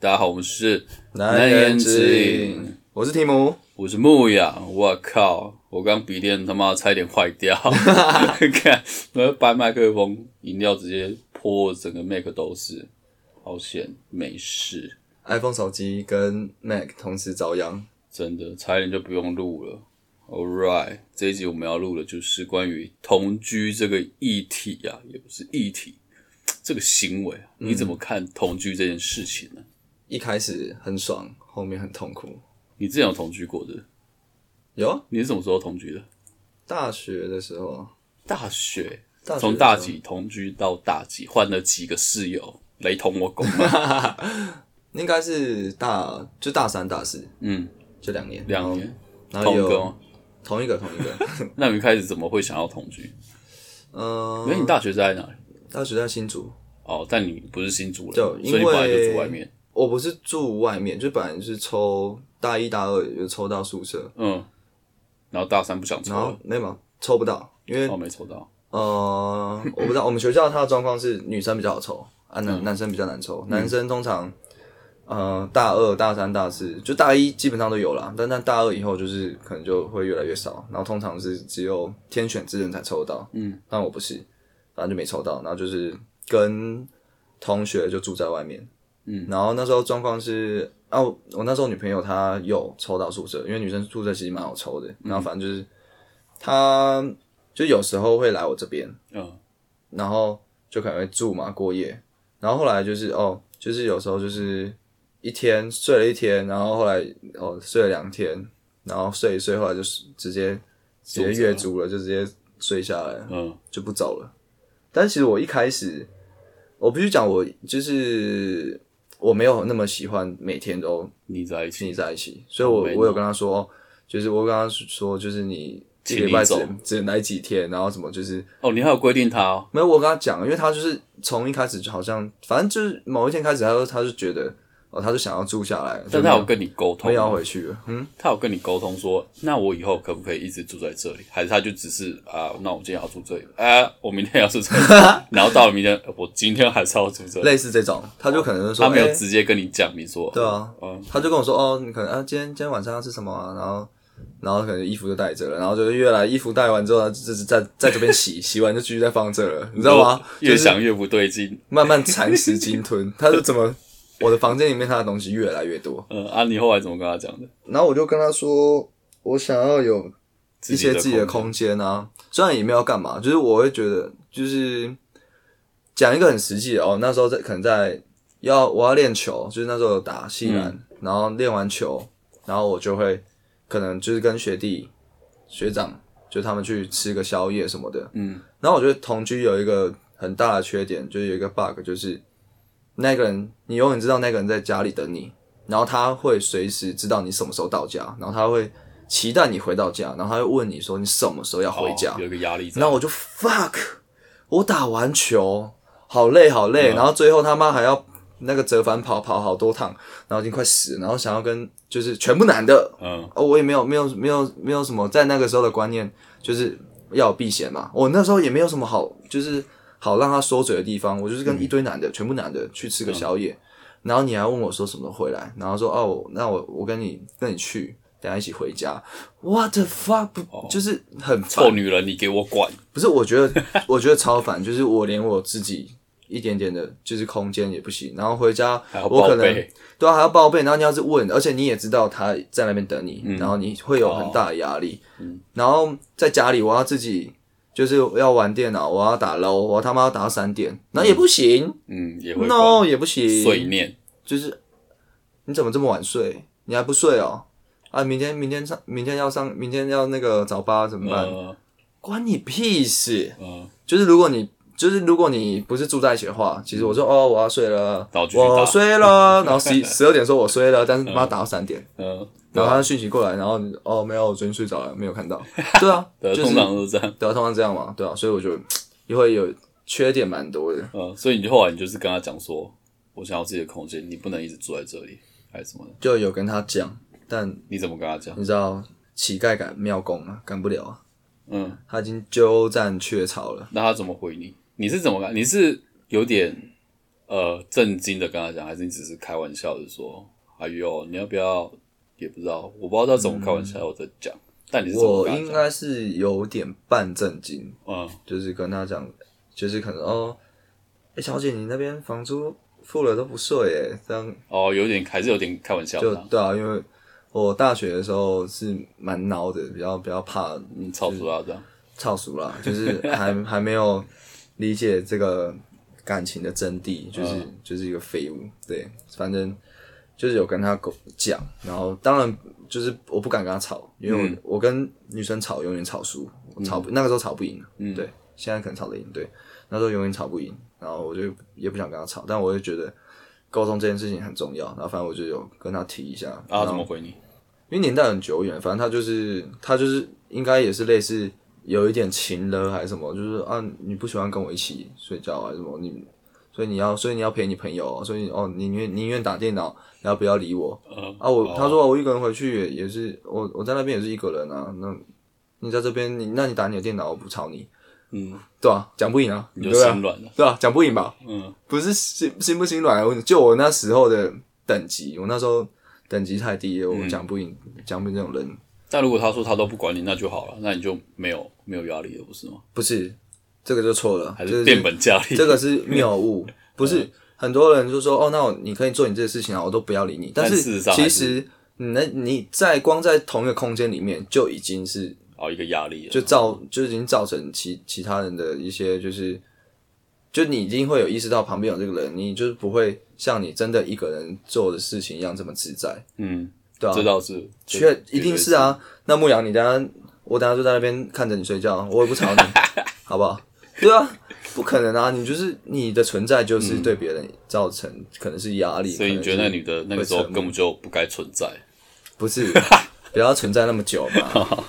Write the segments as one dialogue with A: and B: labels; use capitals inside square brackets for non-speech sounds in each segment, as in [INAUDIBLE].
A: 大家好，我们是
B: 难言之隐，，我是提姆。
A: 我是牧羊。我靠，我刚笔电他妈差一点坏掉，看我搬麦克风，饮料直接泼我整个 Mac 都是，好险没事，
B: iPhone 手机跟 Mac 同时遭殃，
A: 真的差一点就不用录了。All right，这一集我们要录的就是关于同居这个议题啊，也不是议题，这个行为啊，你怎么看同居这件事情呢？
B: 一开始很爽，后面很痛苦。
A: 你之前有同居过的？
B: 有啊
A: 你是什么时候同居的？
B: 大学的时候，啊
A: 大学，
B: 大学
A: 从大
B: 的时候
A: 几同居到大几，换了几个室友，雷同
B: [LAUGHS]
A: 我狗吗？
B: 应该是大就大三大四
A: 嗯，
B: 就两年，
A: 两年，
B: 然后
A: 同一个
B: 哦有
A: 吗？
B: 同一个同一个，
A: [LAUGHS] 那你一开始怎么会想要同居？因为
B: 嗯，
A: 你大学是在哪里？
B: 大学在新竹，
A: 哦，但你不是新竹人，
B: 就
A: 所
B: 因
A: 以你本来就
B: 为
A: 住外面。
B: 我不是住外面，就本来就是抽大一大二有抽到宿舍，
A: 嗯，然后大三不想抽
B: 然后
A: 了，
B: 没有嘛抽不到，因为
A: 哦，没抽到。
B: 呃，我不知道，我们学校它的状况是女生比较好抽啊，男、男生比较难抽。男生通常呃大二、大三、大四，就大一基本上都有啦，但但大二以后就是可能就会越来越少，然后通常是只有天选之人才抽到。嗯，但我不是，反正就没抽到，然后就是跟同学就住在外面。嗯，然后那时候状况是啊，我我那时候女朋友她有抽到宿舍，因为女生宿舍其实蛮好抽的，然后反正就是她。就有时候会来我这边，
A: 嗯，
B: 然后就可能会住嘛过夜，然后后来就是哦，就是有时候就是一天睡了一天，然后后来哦睡了两天，然后睡一睡，后来就是直接直接月租了，就直接睡下来，
A: 嗯，
B: 就不走了。但其实我一开始，我必须讲，我就是我没有那么喜欢每天都
A: 你在一
B: 跟
A: 起
B: 你在一起，所以我
A: 没有
B: 我有跟他说，哦就是我跟他说，就是你一
A: 请
B: 个
A: 你
B: 礼拜只
A: 走
B: 能只能来几天，然后什么就是
A: 哦，你还有规定他哦，
B: 没有，我跟他讲，因为他就是从一开始就好像，反正就是某一天开始，他说他就觉得，哦，他就想要住下来，
A: 但他有跟你沟
B: 他
A: 通
B: 要
A: 吗，
B: 回去了。嗯，
A: 他有跟你沟通说，那我以后可不可以一直住在这里？还是他就只是啊，那我今天要住这里，啊，我明天要住这里，
B: [LAUGHS]
A: 然后到了明天，呃我今天还是要住这里。
B: 类似这种，他就可能就说，
A: 他没有
B: 哎
A: 直接跟你讲明说，
B: 对啊，
A: 嗯
B: 他就跟我说，哦，你可能啊，今天今天晚上要吃什么啊？然后，然后可能衣服就带着了，然后就是越来衣服带完之后，就是在在这边洗， [LAUGHS] 洗完就继续再放这了，你知道吗？
A: 越
B: 就是
A: 想越不对劲。
B: 慢慢蚕食鲸吞，他是怎么？我的房间里面他的东西越来越多，
A: 嗯，啊，你后来怎么跟他讲的？
B: 然后我就跟他说，我想要有一些自己的
A: 空
B: 空间啊。虽然也没有干嘛，就是我会觉得，就是讲一个很实际的哦。那时候在可能在要我要练球，就是那时候有打西南，然后练完球，然后我就会可能就是跟学弟学长，就他们去吃个宵夜什么的。
A: 嗯，
B: 然后我觉得同居有一个很大的缺点，就是有一个 bug，就是那个人你永远知道那个人在家里等你，然后他会随时知道你什么时候到家，然后他会期待你回到家，然后他会问你说你什么时候要回家，
A: 哦有一个压力在。
B: 然后我就 fuck，我打完球好累好累，然后最后他妈还要那个折返跑跑好多趟，然后已经快死了，然后想要跟就是全部男的，
A: 嗯，
B: 哦，我也没有没有没有没有什么在那个时候的观念，就是要有避嫌嘛。我那时候也没有什么好，就是好让他说嘴的地方。我就是跟一堆男的，全部男的去吃个宵夜，然后你还问我说什么时候回来，然后说哦，我那我我跟你跟你去，等一下一起回家。What the fuck？不、就是很烦
A: 臭女人，你给我管。
B: 不是，我觉得我觉得超烦，就是我连我自己一点点的，就是空间也不行。然后回家
A: 还要，
B: 我
A: 报
B: 可能
A: 备
B: 对啊，还要报备。然后你要是问，而且你也知道他在那边等你，
A: 嗯
B: 然后你会
A: 哦
B: 有很大的压力。然后在家里，我要自己就是要玩电脑，我要打 LO，我他妈要打到三点，那也不行、
A: 嗯，也会
B: n o
A: 管
B: 也不行，
A: 碎念。
B: 就是你怎么这么晚睡？你还不睡哦？啊，明天明天上明天要上明天要那个早八怎么办？
A: 呃
B: 关你屁事！
A: 呃，
B: 就是如果你就是如果你不是住在一起的话，其实我说哦我要睡了
A: 然后继，续打
B: 我睡了，然后十一十二点说我睡了，但是他妈打到三点，
A: 嗯，
B: 然后他讯息过来，然后你哦没有，我昨天睡着了，没有
A: [LAUGHS]
B: 看到。对啊，
A: 对，
B: 就
A: 通
B: 是
A: 常都是这样。
B: 对啊，通常这样嘛，对啊，所以我觉得也会有缺点蛮多的。
A: 嗯，所以你就后来你就是跟他讲说，我想要自己的空间，你不能一直住在这里，还是什么的？
B: 就有跟他讲，但
A: 你怎么跟他讲？
B: 你知道乞丐赶庙公啊，赶不了啊，
A: 嗯，
B: 他已经鸠占鹊巢了。
A: 那他怎么回你？你是怎么看？你是有点呃震惊的跟他讲，还是你只是开玩笑的说，哎呦，你要不要？也不知道，我不知道他怎么开玩笑，我在讲。但你是怎么
B: 嗯我
A: 跟他
B: 应
A: 讲？
B: 该是有点半震惊，
A: 嗯，
B: 就是跟他讲，就是可能哦，哎、小姐，你那边房租付了都不税哎，这样
A: 哦，有点还是有点开玩笑
B: 就
A: 的啊，
B: 对啊，因为我大学的时候是蛮孬的，比较比较怕
A: 嗯，超出他这样。
B: 操熟啦， [LAUGHS] 就是还还没有理解这个感情的真谛，就是、
A: 嗯
B: 就是一个废物。对，反正就是有跟他沟讲，然后当然就是我不敢跟他吵，因为我、
A: 嗯
B: 我跟女生吵永远吵输，我吵不、那个时候吵不赢，嗯、对，现在可能吵得赢，对，那时候永远吵不赢，然后我就也不想跟他吵，但我就觉得。沟通这件事情很重要，然后反正我就有跟他提一下，
A: 啊，怎么回你？
B: 因为年代很久远，反正他就是他就是应该也是类似有一点情了还是什么，就是啊你不喜欢跟我一起睡觉啊还是什么，你所以你要所以你要陪你朋友，所以哦你宁愿宁愿打电脑，然后不要理我
A: 嗯
B: 啊我他说我一个人回去也也是我我在那边也是一个人啊，那你在这边你那你打你的电脑我不吵你，
A: 嗯，
B: 对啊讲不赢啊，
A: 你
B: 对
A: 就
B: 不对啊
A: 心软了。
B: 对啊讲不赢吧，
A: 嗯，
B: 不是心心不心软的问题，就我那时候的等级，我那时候等级太低了，我讲不赢讲不赢这种人。
A: 但如果他说他都不管你，那就好了，那你就没有没有压力了，不是吗？
B: 不是，这个就错了，
A: 还
B: 就是
A: 变本加厉？
B: 这个是
A: [LAUGHS]
B: 谬误，
A: 嗯
B: 不是很多人就说哦，那我你可以做你这些事情啊，我都不要理你。但
A: 事实上还
B: 其
A: 是
B: 实你那你在光在同一个空间里面就已经是
A: 哦，一个压力了。
B: 就造就已经造成其其他人的一些就是，就你一定会有意识到旁边有这个人，你就是不会像你真的一个人做的事情一样这么自在。
A: 嗯，
B: 对啊
A: 这倒是，
B: 确
A: 这
B: 一定是。啊。那牧羊，你等下我等下就在那边看着你睡觉，我也不
A: [LAUGHS]
B: 吵你，好不好？对啊，不可能啊！你就是你的存在就是对别人造成可能是压
A: 嗯
B: 力，
A: 所以你觉得那女
B: 的
A: 的那个时候
B: 会沉默
A: 根本就不该存在？[LAUGHS]
B: 不是不要存在那么久嘛？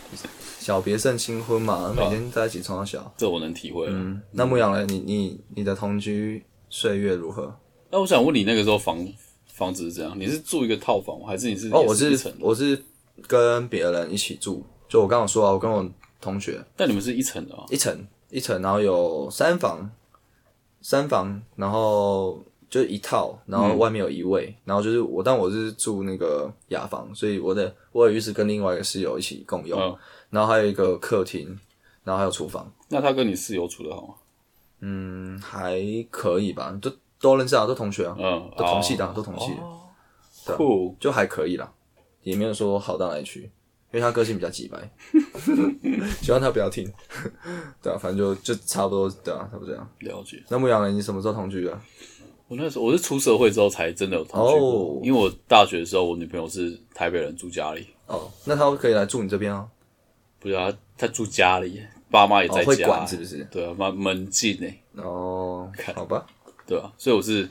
B: 小别胜新婚嘛，每天在一起从到小。
A: 这我能体会了。啊
B: 嗯，那牧羊呢？你你你的同居岁月如何？
A: 那我想问你，那个时候房房子是怎样？你是住一个套房吗，还是你是
B: 哦，我
A: 也是一
B: 是
A: 层？
B: 我是跟别人一起住，就我刚刚有说啊，我跟我同学，
A: 但你们是一层的啊？
B: 一层一层，然后有三房，三房，然后就一套，然后外面有一卫，然后就是我，但我是住那个雅房，所以我的我有浴室跟另外一个室友一起共用，
A: 嗯
B: 然后还有一个客厅，然后还有厨房，
A: 那他跟你室友处的好吗？
B: 嗯，还可以吧，都都认识啊，都同学啊，
A: 嗯，
B: 都同系的啊、
A: 哦
B: 都同系的，对啊
A: 酷，
B: 就还可以啦，也没有说好到哪里去，因为他个性比较急白， [LAUGHS] 希望他不要听， [LAUGHS] 对啊，反正就就差不多，对啊，差不多这样。
A: 了解。
B: 那牧羊人，你什么时候同居的？
A: 我那时候我是出社会之后才真的有同居过
B: 哦
A: 因为我大学的时候我女朋友是台北人住家里，
B: 哦，那他可以来住你这边啊，
A: 不是啊，她住家里，爸妈也
B: 哦
A: 在，
B: 会
A: 家，
B: 管是不是？
A: 对啊，蛮门禁哎、
B: 哦，好吧，
A: 对啊，所以我是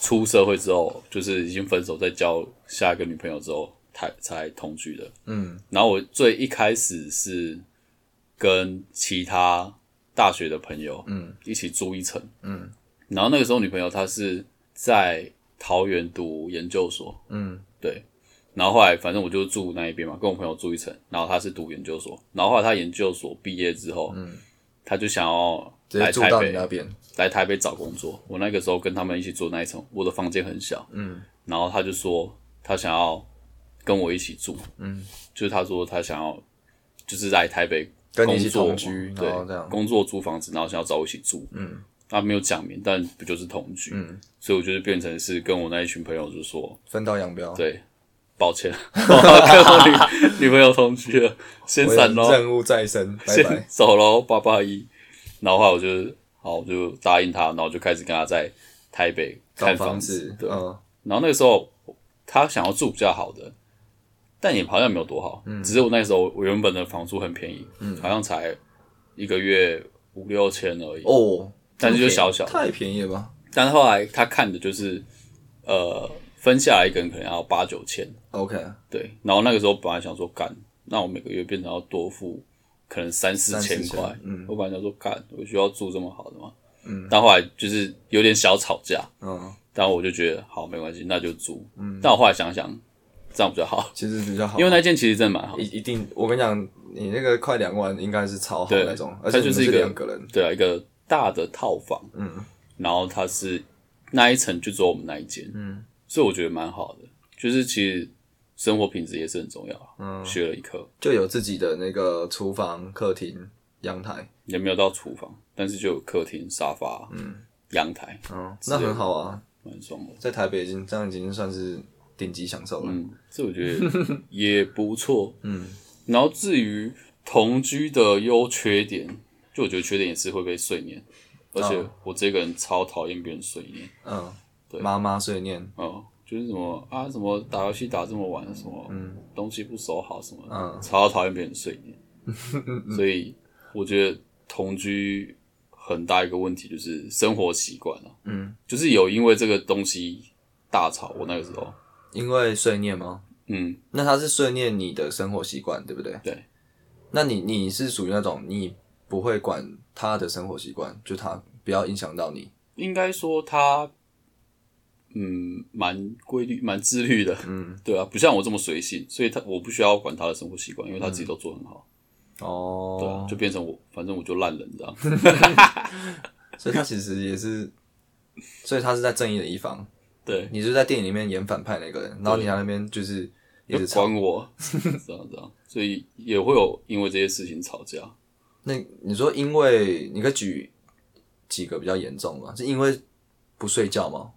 A: 出社会之后，就是已经分手，再交下一个女朋友之后，才才同居的。
B: 嗯，
A: 然后我最一开始是跟其他大学的朋友，嗯，一起住一层，嗯，然后那个时候女朋友她是在桃园读研究所，
B: 嗯，
A: 对。然后后来，反正我就住那一边嘛，跟我朋友住一层。然后她是读研究所，然后后来她研究所毕业之后，嗯，她就想要
B: 直
A: 来
B: 接住
A: 台
B: 到
A: 北
B: 你，那边，
A: 来台北找工作。我那个时候跟他们一起住那一层，我的房间很小，嗯，然后他就说他想要跟我一起住，嗯，就是他说他想要就是来台北
B: 跟你
A: 工
B: 一起
A: 作
B: 同
A: 嘛
B: 居，
A: 对
B: 然后这，样，
A: 工作租房子，然后想要找我一起住，嗯，他没有讲明，但不就是同居，
B: 嗯，
A: 所以我就是变成是跟我那一群朋友就
B: [LAUGHS]
A: 说，
B: 分道扬镳。
A: 对。抱歉， [LAUGHS] 我跟我女女朋友同居了，先
B: 我
A: 散
B: 有
A: 喽。
B: 任务
A: [LAUGHS]
B: 在身，拜
A: 先
B: 拜。
A: 走喽，八八一。然后后来我就好，我就答应他，然后我就开始跟他在台北
B: 找
A: 看房
B: 子，
A: 对，哦
B: 嗯，
A: 然后那个时候他想要住比较好的，但也好像没有多好。
B: 嗯
A: 只是我那时候我原本的房租很便宜，好像才一个月五六千而已。
B: 哦，
A: 但是就小小
B: 太便宜了吧？
A: 但是后来他看的就是，呃，分下来一个人可能要八九千，
B: OK，
A: 对。然后那个时候本来想说干，那我每个月变成要多付可能三四千
B: 3000
A: 块，
B: 嗯
A: 我本来想说干，我需要住这么好的吗？嗯，但后来就是有点小吵架，
B: 嗯，
A: 但我就觉得好没关系，那就住。嗯，但我后来想想，这样比较好，
B: 其实比较好，
A: 因为那件其实真的蛮好，
B: 一一定，我跟你讲，你那个快两万应该是超好
A: 对
B: 那种，而
A: 它
B: 且
A: 就是
B: 你们
A: 啊一个
B: 两个人，
A: 对啊，一个大的套房，嗯，然后它是那一层就只有我们那一间，嗯，所以我觉得蛮好的，就是其实生活品质也是很重要，嗯，学了一课，
B: 就有自己的那个厨房、客厅、阳台，
A: 也没有到厨房，但是就有客厅、沙发，嗯，阳台，
B: 嗯，那很好啊，
A: 蛮爽的，
B: 在台北已经这样已经算是顶级享受了。
A: 嗯，这我觉 [LAUGHS] 得也不错，嗯，然后至于同居的优缺点，就我觉得缺点也是会被碎念，而且我这个人超讨厌别人碎念。
B: 嗯，妈妈碎念，
A: 哦，就是什么啊，什么打游戏打这么晚，什么东西不守好什么，
B: 嗯
A: 超讨厌别人睡眠， [LAUGHS] 所以我觉得同居很大一个问题就是生活习惯啊，嗯，就是有因为这个东西大吵，我那个时候，
B: 因为碎念吗？
A: 嗯，
B: 那他是碎念你的生活习惯，对不对？
A: 对。
B: 那你你是属于那种你不会管他的生活习惯，就他不要影响到你。
A: 应该说他，嗯，蛮规律、蛮自律的，嗯，对啊，不像我这么随性，所以他我不需要管他的生活习惯，因为他自己都做很好，对啊
B: 嗯哦，
A: 就变成我，反正我就烂人这
B: [LAUGHS]
A: 样。
B: 所以他其实也是，所以他是在正义的一方。
A: 对，
B: 你就是在电影里面演反派那个人，然后你在那边就是一直
A: 就
B: 吵。
A: 管我， [LAUGHS] 这样这样，所以也会有因为这些事情吵架。
B: 那你说，因为你可以举几个比较严重吗？是因为不睡觉吗？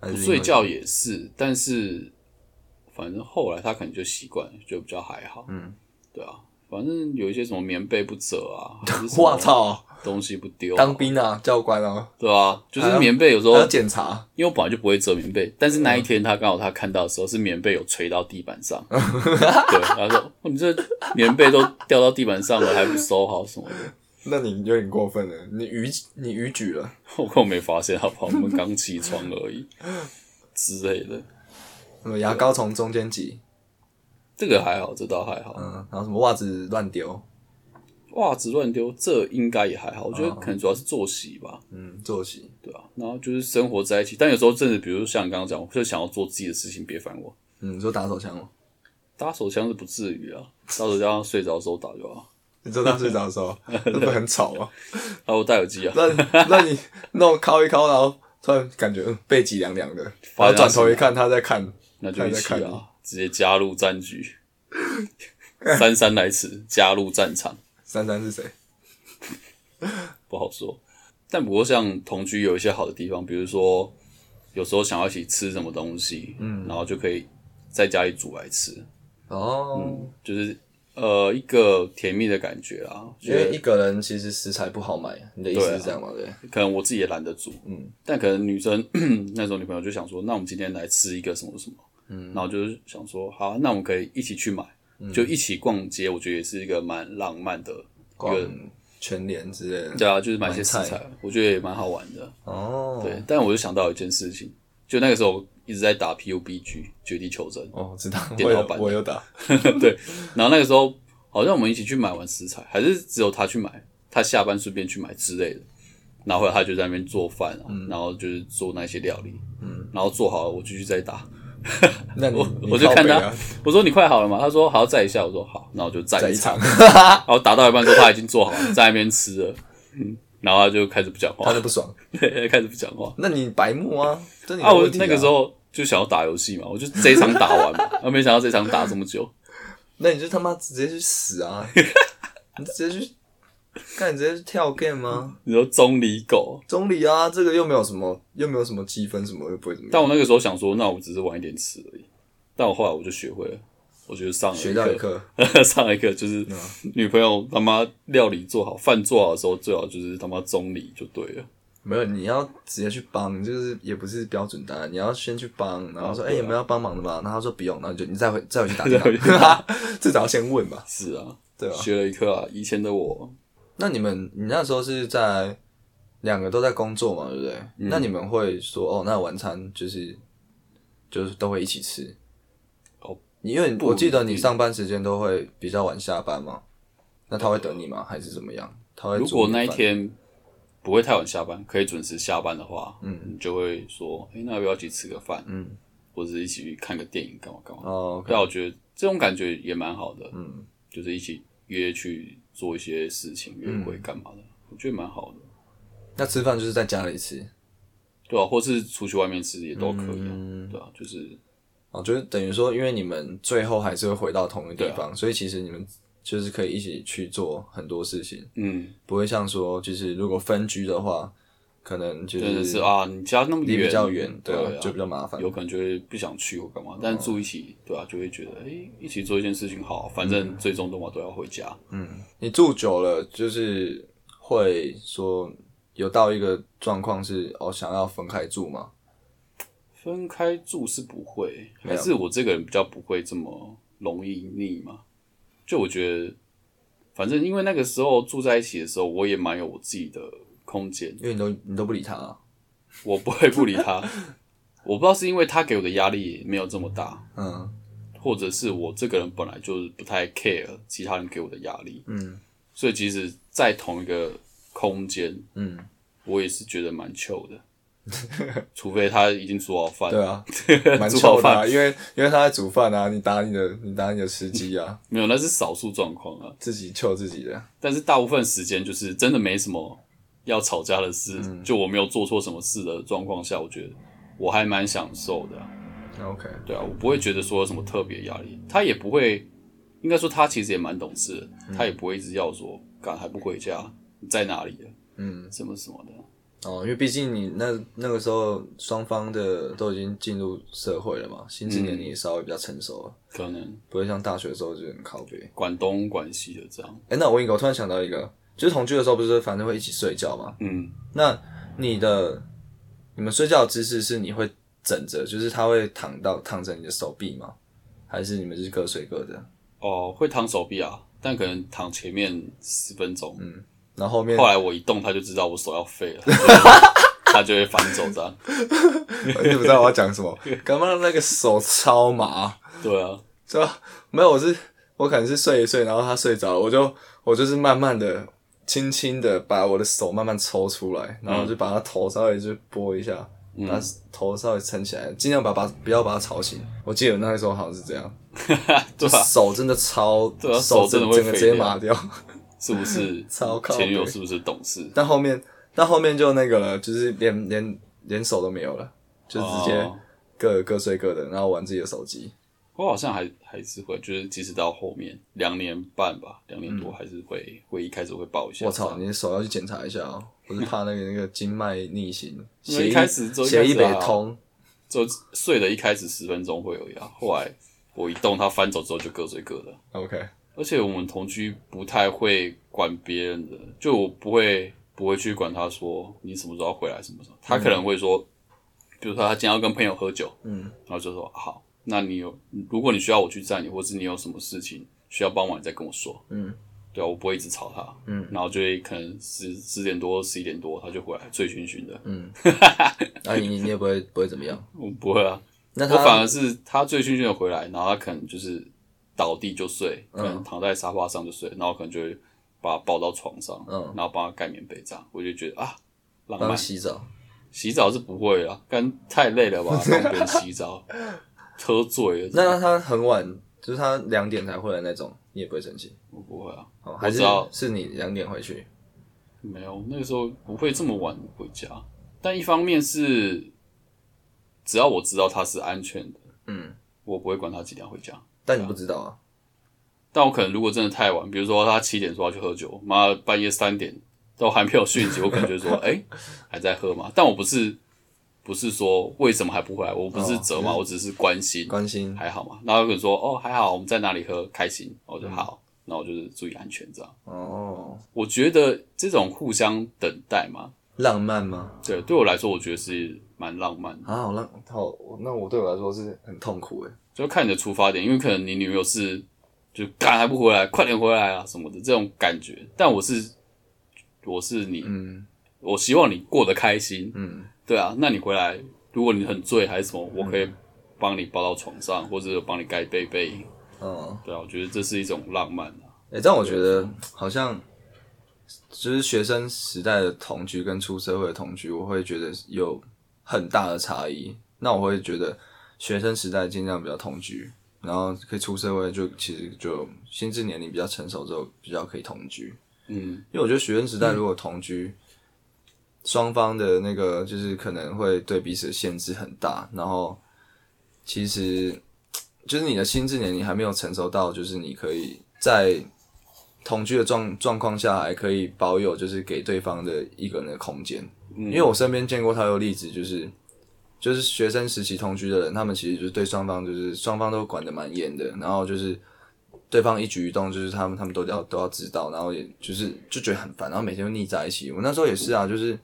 B: 还是
A: 不
B: 因为
A: 睡觉也是，但是反正后来他可能就习惯，了，就比较还好。嗯，对啊，反正有一些什么棉被不折啊，
B: [LAUGHS]
A: 还是什么
B: 我操！
A: 东西不丢啊、
B: 当兵啊，教官啊，
A: 对啊，就
B: 还
A: 是
B: 要
A: 棉被有时
B: 还
A: 候
B: 要，检查，
A: 因为我本来就不会折棉被，但是那一天他刚好他看到的时候是棉被有垂到地板上，对，他说、哦你这棉被都掉到地板上了还不收好什么的，
B: 那你有点过分了，你逾你逾矩了。
A: 我根本没发现，好不好？我们刚起床而已之类的，
B: 嗯，牙膏从中间挤，
A: 这个还好，这倒还好。
B: 嗯，然后什么袜子乱丢，
A: 袜子乱丢，这应该也还好。我觉得可能主要是作息吧，
B: 嗯，作息，
A: 对吧、然后就是生活在一起，但有时候真的，比如像你刚刚讲，我就想要做自己的事情，别烦我。
B: 嗯，你说打手枪吗？
A: 打手枪是不至于啊，打手枪睡着的时候打就好。
B: 你说他睡着的
A: [LAUGHS]
B: 时候，那不是很吵吗？
A: 还有戴耳机啊，
B: 那那你弄敲一敲，然后突然感觉嗯背脊凉凉的，然
A: 发
B: 后
A: 现他
B: 转头一
A: 是
B: 看，他在看，
A: 那就一起
B: 他在看你
A: 啊，直接加入战
B: [LAUGHS]
A: 局。姗姗来迟，加入战场
B: 珊珊是谁？
A: 不好说。但不过像同居有一些好的地方，比如说有时候想要一起吃什么东西，嗯，然后就可以在家里煮来吃，嗯
B: 哦，
A: 就是呃一个甜蜜的感觉啦。
B: 因为一个人其实食材不好买，你的意思是这样吗？对，啊
A: 可能我自己也懒得煮，嗯，但可能女生 [CLEARS THROAT] 那时候女朋友就想说，那我们今天来吃一个什么什么，嗯，然后就是想说，好，那我们可以一起去买，
B: 嗯
A: 就一起逛街，我觉得也是一个蛮浪漫的，
B: 逛全联之类的。
A: 对啊，就是买一些食
B: 买
A: 材，我觉得也蛮好玩的，
B: 哦，
A: 对。但我就想到一件事情，就那个时候我一直在打 PUBG 绝地求生，
B: 哦，知道，
A: 电
B: 我
A: 脑
B: 有
A: 版的
B: 我有打，
A: 对，然后那个时候好像我们一起去买完食材，还是只有他去买，他下班顺便去买之类的。然后后来他就在那边做饭啊，然后就是做那些料理，嗯，然后做好了，我继续再打。
B: 那你
A: 我
B: 你
A: 我就
B: 靠
A: 看
B: 北
A: 他
B: 啊，
A: 我说你快好了吗？他说好，再一下。我说好，那我就再
B: 在
A: 一
B: 一
A: 场。 [LAUGHS]
B: [LAUGHS] 场，
A: 然后打到一半的时候他已经做好了，在那边吃了，嗯，然后他就开始不讲话
B: 他，就不爽。
A: 对， [LAUGHS] 开始不讲话。
B: 那你白目啊，这你的
A: 啊，我
B: 问题
A: 那个时，候就想要打游戏嘛，我就这一场打完
B: [LAUGHS]
A: 嘛，啊，没想到这一场打这么久，
B: 那你就他妈直接去死啊！ [LAUGHS] 你直接去，看你直接去跳 game 吗？
A: 你说中离狗，
B: 中理啊，这个又没有什么，又没有什么积分，什么又不会怎么样。
A: 但我那个时候想说，那我只是晚一点吃而已。但我后来我就学会了，我就上了
B: 学到一
A: 一
B: 课，嗯
A: 课， [LAUGHS] 上了一课就是女朋友他妈料理做好，饭做好的时候最好就是他妈中离就对了。
B: 没有，你要直接去帮，就是也不是标准答案，你要先去帮，然后说，
A: 哦
B: 哎、
A: 对啊
B: 有没有要帮忙的嘛？然后他说不用，然后你就你再回再回去
A: [LAUGHS]
B: 打
A: 再回去
B: 电话， [LAUGHS] 至少要先问吧，
A: 是啊，
B: 对吧、
A: 学了一课啊。以前的我
B: 那你们，你那时候是在两个都在工作嘛，对不对？
A: 嗯
B: 那你们会说，哦，那晚餐就是就是都会一起吃，
A: 哦，
B: 你因为你
A: 不
B: 我记得
A: 一定
B: 你上班时间都会比较晚下班嘛，那他会等你吗？还是怎么样？他会
A: 如
B: 煮
A: 果
B: 你
A: 那一
B: 饭
A: 天不会太晚下班，可以准时下班的话，嗯，你就会说，哎、那要不要一起吃个饭？嗯，或者是一起去看个电影，干嘛干嘛？
B: 哦，OK，
A: 但我觉得这种感觉也蛮好的，嗯，就是一起约去做一些
B: 嗯
A: 事情，约会干嘛的，我觉得蛮好的。
B: 那吃饭就是在家里吃，
A: 对啊，或是出去外面吃也都可以啊，
B: 嗯
A: 对啊，就是
B: 哦，就是等于说，因为你们最后还是会回到同一个
A: 啊
B: 地方，所以其实你们就是可以一起去做很多事情，
A: 嗯，
B: 不会像说，就是如果分居的话，可能就
A: 真的是
B: 是
A: 啊，你家那么
B: 离
A: 远，
B: 比较远，嗯对
A: 对
B: 啊
A: 啊，
B: 就比较麻烦。
A: 有可能就会不想去或干嘛，但住一起，对啊，就会觉得哎、诶一起做一件事情好，啊反
B: 嗯
A: 正最终的话都要回家。
B: 你住久了，就是会说有到一个状况是哦，想要分开住嘛？
A: 分开住是不会，
B: 没有
A: 还是我这个人比较不会这么容易腻嘛？就我觉得，反正因为那个时候住在一起的时候，我也蛮有我自己的空间，
B: 因为你都你都不理他、啊，
A: 我不会不理
B: [LAUGHS]
A: 他。我不知道是因为他给我的压力没有这么大，
B: 嗯
A: 或者是我这个人本来就是不太 care 其他人给我的压力，
B: 嗯
A: 所以即使在同一个空间，
B: 嗯，
A: 我也是觉得蛮糗的，
B: [LAUGHS]
A: 除非他已经煮好饭，[LAUGHS]
B: 对啊，蛮
A: 煮好
B: 臭的、
A: 饭
B: 啊，因为因为他在煮饭啊，你打你的你打你的司机啊，
A: 没有，那是少数状况啊。
B: 自己臭自己的，
A: 但是大部分时间就是真的没什么要吵架的事，就我没有做错什么事的状况下，我觉得我还蛮享受的啊、
B: OK，
A: 对啊，我不会觉得说有什么特别压力，他也不会，应该说他其实也蛮懂事的，他也不会一直要说，干还不回家，你在哪里啊？
B: 嗯，
A: 什么什么的，
B: 哦，因为毕竟你那那个时候双方的都已经进入社会了嘛，心智年龄也稍微比较成熟了，
A: 可能
B: 不会像大学的时候就很靠北。
A: 管东管西的这样，
B: 哎、那我问一个，我突然想到一个，就是同居的时候不是反正会一起睡觉嘛？
A: 嗯，
B: 那你的你们睡觉的姿势是你会枕着，就是他会躺到躺着你的手臂吗？还是你们是各睡各的？
A: 哦，会躺手臂啊，但可能躺前面十分钟，
B: 然后后面
A: 后来我一动，他就知道我手要废了，他就会反手这样。
B: 我呃就不知道我要讲什么，刚刚那个手超麻，
A: 对
B: [LAUGHS]
A: 啊，
B: 是吧？没有，我是我可能是睡一睡，然后他睡着了，我就我就是慢慢的、轻轻的把我的手慢慢抽出来，然
A: 嗯
B: 后就把他头稍微就拨一下，把头稍微撑起来，尽量把把不要把他吵醒。我记得那个时候好像是这样，
A: 对啊，
B: 手真的超，
A: 对啊手
B: 手
A: 真的会
B: 整个
A: 飞
B: 直接
A: 掉
B: 麻掉。
A: 是不是
B: 超靠
A: 前女友
B: 北
A: 是不是懂事？
B: 但后面但后面就那个了，就是连连连手都没有了，就直接
A: 哦
B: 各、各睡各的，然后玩自己的手机。
A: 我好像还还是会，就是即使到后面两年半吧，两年多还是会、会一开始会抱一下。
B: 嗯我操，！你的手要去检查一下哦，我是怕那个那个经脉逆行，
A: [LAUGHS] 因为
B: 血
A: 一
B: 液
A: 开始就一
B: 血
A: 开
B: 液
A: 始
B: 北
A: 啊
B: 通。
A: 就睡了一开始十分钟会有压，后来我一动，他翻走之后就各睡各的。
B: OK，
A: 而且我们同居不太会管别人的，就我不会不会去管他说你什么时候要回来什么时候，他可能会说，比如说他今天要跟朋友喝酒，
B: 嗯，
A: 然后就说好，那你有如果你需要我去载你，或是你有什么事情需要帮忙，你再跟我说，
B: 嗯，
A: 对啊，我不会一直吵他，
B: 嗯，
A: 然后就会可能十十点多十一点多他就回来醉醺醺的，
B: 嗯那、你你也不会不会怎么样？
A: 我不会啊，
B: 那
A: 我反
B: 他
A: 而是他醉醺醺的回来，然后他可能就是倒地就睡，可
B: 嗯
A: 能躺在沙发上就睡，然后我可能就会把他抱到床上，
B: 嗯
A: 然后帮他盖棉被这样，我就觉得啊，浪
B: 帮
A: 漫。
B: 洗澡，
A: 洗澡是不会啦，干太累了吧，帮别人洗澡，喝醉了，
B: 那他很晚，就是他两点才回来那种，你也不会生气
A: 我不会啊，
B: 哦？
A: 我
B: 还
A: 知
B: 是
A: 道
B: 是你两点回去？
A: 没有，那个时候不会这么晚回家，但一方面是只要我知道他是安全的，
B: 嗯，
A: 我不会管他几点回家。
B: 但你不知道啊，
A: 但我可能如果真的太晚，比如说他七点说要去喝酒，妈半夜三点都还没有讯息，我可能就会说，哎、还在喝嘛？但我不是不是说为什么还不回来，我不是责骂，我只是关心，
B: 关心
A: 还好嘛？那有可能说，哦，还好，我们在哪里喝，开心，我就好，那我就是注意安全这样。
B: 哦，
A: 我觉得这种互相等待嘛，
B: 浪漫吗？
A: 对，对我来说，我觉得是蛮浪漫的，
B: 啊，好浪，好，那我对我来说是很痛苦欸诶。
A: 就看你的出发点，因为可能你女友是就干还不回来，快点回来啊什么的这种感觉，但我是我是你，
B: 嗯
A: 我希望你过得开心，
B: 嗯，
A: 对啊，那你回来，如果你很醉还是什么，我可以帮你抱到床上，或者帮你盖被被，
B: 哦，
A: 对啊，我觉得这是一种浪漫啊，
B: 诶、欸但我觉得好像就是学生时代的同居跟出社会的同居，我会觉得有很大的差异。那我会觉得学生时代尽量比较同居，然后可以出社会就其实就心智年龄比较成熟之后比较可以同居。
A: 嗯，
B: 因为我觉得学生时代如果同居，双方的那个就是可能会对彼此的限制很大，然后其实就是你的心智年龄还没有成熟到，就是你可以在同居的状状况下，还可以保有就是给对方的一个人的空间。因为我身边见过他有例子，就是就是学生时期同居的人，他们其实就是对双方就是双方都管得蛮严的，然后就是对方一举一动，就是他们他们都要都要知道，然后也就是就觉得很烦，然后每天都腻在一起。我那时候也是啊，就是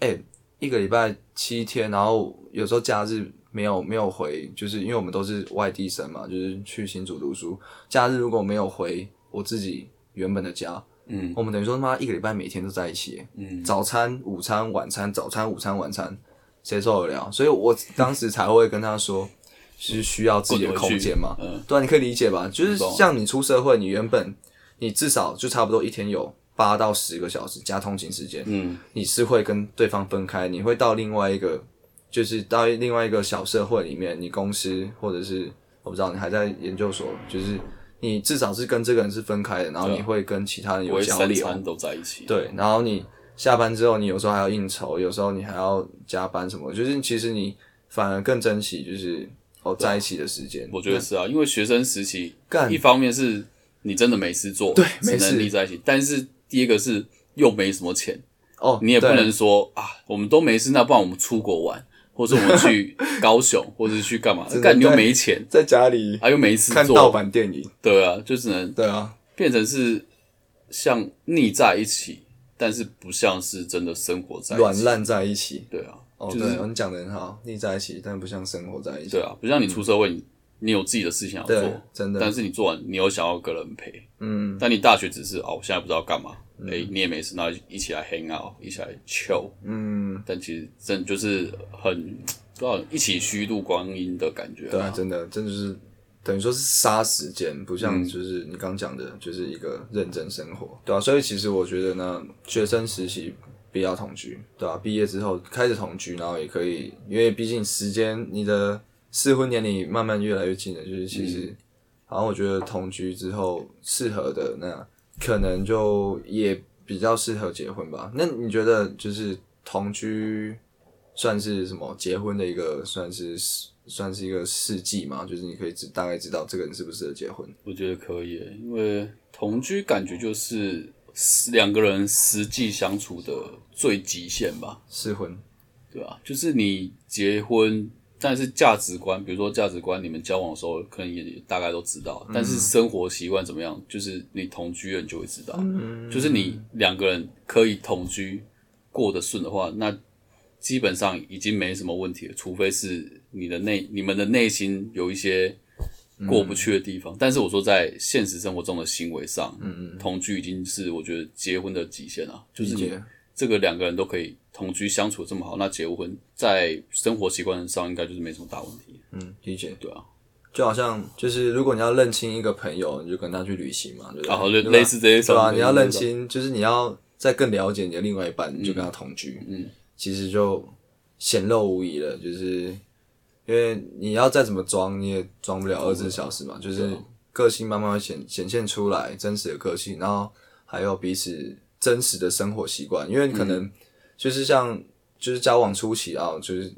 B: 哎、一个礼拜七天，然后有时候假日没有没有回，就是因为我们都是外地生嘛，就是去新竹读书，假日如果没有回我自己原本的家，
A: 嗯，
B: 我们等于说他妈一个礼拜每天都在一起，
A: 嗯，
B: 早餐、午餐、晚餐，早餐、午餐、晚餐，谁受得了？所以我当时才会跟他说，是需要自己的空间嘛，
A: 嗯
B: 对啊，你可以理解吧？就是
A: 懂
B: 像你出社会，你原本你至少就差不多一天有八到十个小时加通勤时间，
A: 嗯，
B: 你是会跟对方分开，你会到另外一个，就是到另外一个小社会里面，你公司或者是我不知道，你还在研究所，就是你至少是跟这个人是分开的，然后
A: 啊
B: 你会跟其他人
A: 不
B: 有
A: 会
B: 交
A: 三
B: 流，
A: 餐都在一起。，
B: 对，然后你下班之后，你有时候还要应酬，有时候你还要加班什么，就是其实你反而更珍惜就是哦在一起的时间。
A: 啊我觉得是啊，因为学生时期
B: 干
A: 一方面是你真的没事做，
B: 对
A: 只
B: 没事
A: 能腻在一起。但是第一个是又没什么钱，
B: 哦，
A: 你也不
B: 对
A: 能说啊，我们都没事，那不然我们出国玩，或者我们
B: [LAUGHS]
A: 去高雄，或者是去干嘛？
B: 能
A: 干你又
B: 在
A: 没钱，
B: 在家里
A: 啊又没事
B: 看盗
A: 做，
B: 版电影。
A: 对啊，就只能
B: 对啊，
A: 变成是像腻在一起，但是不像是真的生活在一
B: 软
A: 起。
B: 烂在一起。
A: 对啊，
B: 哦，
A: 就是
B: 对，你讲的很好，腻在一起，但不像生活在一起。
A: 对啊，不像你出社会，你你有自己的事情要
B: 对
A: 做，
B: 真的
A: 但是你做完，你又想要跟人陪，
B: 嗯，
A: 但你大学只是哦，我现在不知道干嘛，哎、你也没事，那一起来 hang out，一起来 chill，
B: 嗯，
A: 但其实真的就是很不知道一起虚度光阴的感觉、
B: 对啊，，真的，真的就是等于说是杀时间，不像就是你刚讲的，就是一个认真生活，对啊，所以其实我觉得呢，学生实习不要同居，对啊，毕业之后开始同居，然后也可以，因为毕竟时间你的适婚年龄慢慢越来越近了，就是其实，好像我觉得同居之后适合的那可能就也比较适合结婚吧。那你觉得就是同居算是什么结婚的一个算是算是一个事迹嘛？就是你可以知大概知道这个人适不适合结婚。
A: 我觉得可以耶，因为同居感觉就是两个人实际相处的最极限吧。
B: 适婚，
A: 对啊，就是你结婚，但是价值观，比如说价值观，你们交往的时候可能也大概都知
B: 嗯
A: 道，但是生活习惯怎么样，就是你同居了你就会知道。
B: 嗯
A: 就是你两个人可以同居过得顺的话，那基本上已经没什么问题了，除非是你的内你们的内心有一些
B: 嗯
A: 过不去的地方。但是我说在现实生活中的行为上，
B: 嗯
A: 同居已经是我觉得结婚的极限了、就是
B: 理
A: 你
B: 解
A: 这个两个人都可以同居相处这么好，那结婚在生活习惯上应该就是没什么大问题。
B: 嗯，理解。
A: 对啊，
B: 就好像就是如果你要认清一个朋友，你就跟他去旅行嘛，对不对？啊
A: 然哦后类
B: 对吧
A: 啊类似这一种，
B: 对啊，你要认
A: 类似这一种，
B: 清，就是你要再更了解你的另外一半，你就跟他同居，
A: 嗯，
B: 其实就显露无遗了，就是因为你要再怎么装，你也装不了二十四小时嘛，就是
A: 啊
B: 个性慢慢会显显现出来真实的个性，然后还有彼此真实的生活习惯，因为可能就是像就是交往初期啊，就是。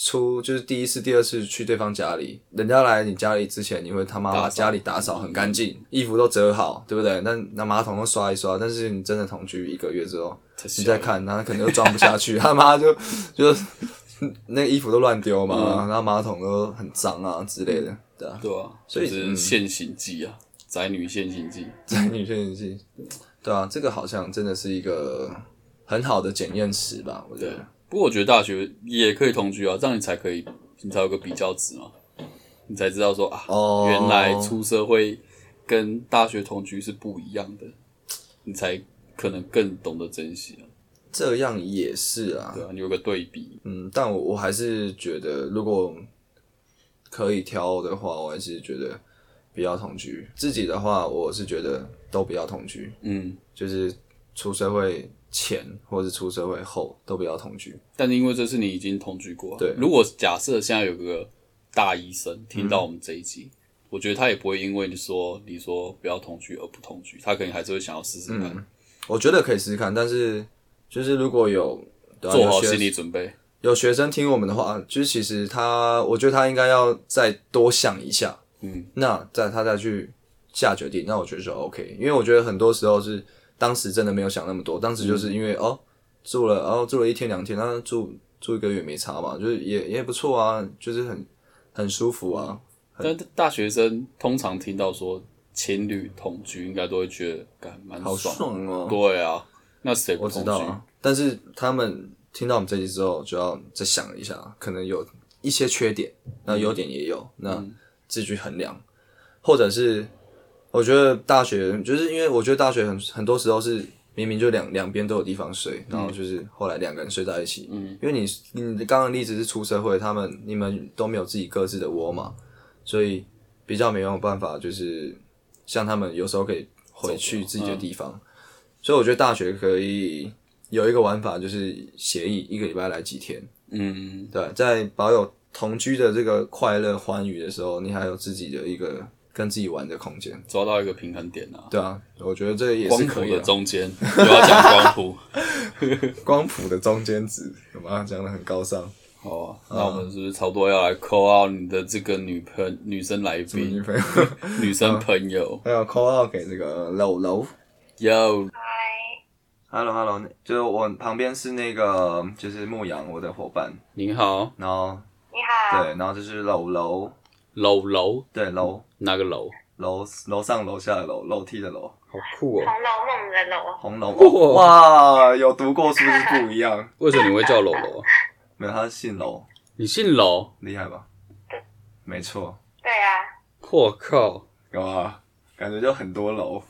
B: 初就是第一次、第二次去对方家里，人家来你家里之前，你会他妈把
A: 打扫
B: 家里打扫很干净，衣服都折好，对不对？那那马桶都刷一刷，但是你真的同居一个月之后，
A: 啊
B: 你再看，然后可能就装不下去，他妈就 [LAUGHS] 就那衣服都乱丢嘛，然后马桶都很脏啊之类的，对啊，
A: 对啊，
B: 所以
A: 就是现行记啊，宅女现行记。
B: 在女性性，对啊，这个好像真的是一个很好的检验池吧，我觉得，
A: 不过我觉得大学也可以同居啊，这样你才可以，你才有个比较值嘛，你才知道说啊，
B: 哦
A: 原来出社会跟大学同居是不一样的，你才可能更懂得珍惜啊。
B: 这样也是啊，
A: 对啊，你有个对比，
B: 嗯，但我我还是觉得，如果可以挑的话，我还是觉得不要同居。自己的话，我是觉得都不要同居，
A: 嗯，
B: 就是出社会前或是出社会后都不要同居。
A: 但是因为这是你已经同居过啊、
B: 对
A: 如果假设现在有个大医生听到我们这一集，
B: 嗯
A: 我觉得他也不会因为你说你说不要同居而不同
B: 嗯
A: 居，他可能还是会想要试试看。
B: 我觉得可以试试看，但是就是如果有对啊
A: 做好
B: 有学
A: 心理准备。
B: 有学生听我们的话，就是其实他，我觉得他应该要再多想一下，
A: 嗯，
B: 那再他再去下决定，那我觉得就 OK，因为我觉得很多时候是当时真的没有想那么多，当时就是因为、哦住了，哦住了一天两天，那住住一个月没差嘛，就是也也不错啊，就是很很舒服啊，
A: 但大学生通常听到说情侣同居，应该都会觉得感蛮
B: 好
A: 爽。
B: 爽哦，
A: 对啊，那谁不
B: 我知
A: 同
B: 道
A: 居？
B: 啊，但是他们听到我们这集之后，就要再想一下，可能有一些缺点，那优点也有，那自己去衡量，或者是我觉得大学就是因为我觉得大学很很多时候是明明就两两边都有地方睡，然后就是后来两个人睡在一起，嗯，因为你你的刚刚的例子是出社会，他们你们都没有自己各自的窝嘛，所以比较没有办法，就是像他们有时候可以回去自己的地方，所以我觉得大学可以有一个玩法，就是协议一个礼拜来几天，
A: 嗯，
B: 对，在保有同居的这个快乐欢愉的时候，你还有自己的一个跟自己玩的空间。
A: 抓到一个平衡点啊。
B: 对啊，我觉得这也
A: 光
B: 是
A: 谱
B: 可以啊
A: 的
B: 的。
A: 中间又要讲光谱， [LAUGHS]
B: 光谱的中间值，有吗？讲的很高尚。
A: 好啊。那我们是不是差不多要来 call out 你的这个女朋女生来
B: 女
A: 宾、
B: 朋友
A: 女生朋友
B: 还有 call out 给这个楼楼。
A: 嗯哟，
C: 嗨，
B: Hello Hello，就是我旁边是那个就是牧羊我的伙伴，
A: 您好，
B: 然后
C: 你好，
B: 对，然后就是楼楼，
A: 楼楼
B: 对楼
A: 哪个楼？
B: 楼楼上楼下的楼，楼梯的楼，
A: 好酷哦！
C: 红楼梦的楼，
B: 红楼
A: 哦
B: 哇，有读过书是不一样，
A: 为什么你会叫楼楼啊？
B: 没有他是姓楼，
A: 你姓楼？
B: 厉害吧？没错，
C: 对啊，
A: 我靠，
B: 干嘛？感觉就很多楼，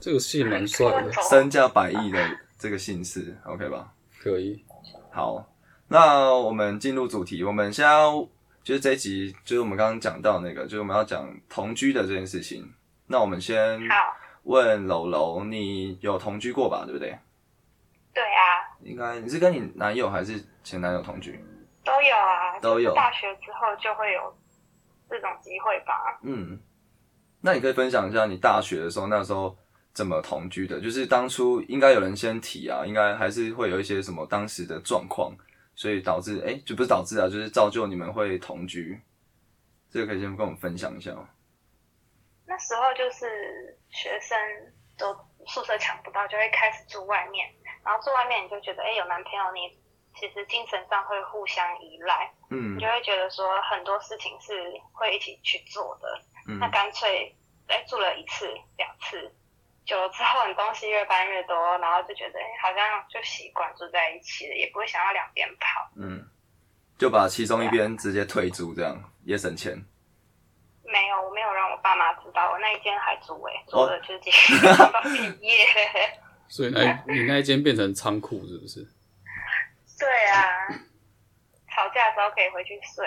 A: 这个姓蛮帅的，
B: 身价百亿的这个姓氏，OK 吧？
A: 可以。
B: 好，那我们进入主题。我们现在要就是这一集，就是我们刚刚讲到那个，就是我们要讲同居的这件事情。那我们先
C: 好，
B: 问楼楼，你有同居过吧？对不对？
C: 对啊，
B: 应该你是跟你男友还是前男友同居？
C: 都有啊，
B: 都有
C: 大学之后就会有这种机会吧？
B: 嗯，那你可以分享一下你大学的时候，那时候怎么同居的？就是当初应该有人先提啊，应该还是会有一些什么当时的状况，所以导致哎、诶就不是导致啊，就是造就你们会同居。这个可以先跟我们分享一下吗？
C: 那时候就是学生都宿舍抢不到，就会开始住外面，然后住外面你就觉得，哎，有男朋友你。其实精神上会互相依赖，
B: 嗯
C: 你就会觉得说很多事情是会一起去做的，
B: 嗯
C: 那干脆哎住了一次两次，久了之后你东西越搬越多，然后就觉得哎好像就习惯住在一起了，也不会想要两边跑。
B: 嗯，就把其中一边直接退租，这样也省钱。
C: 没有，我没有让我爸妈知道，我那一间还住哎、
B: 哦
C: 住了就是继续到毕业。
A: 所以那你那一间变成仓库是不是？
C: 对啊，吵架之后可以回去睡，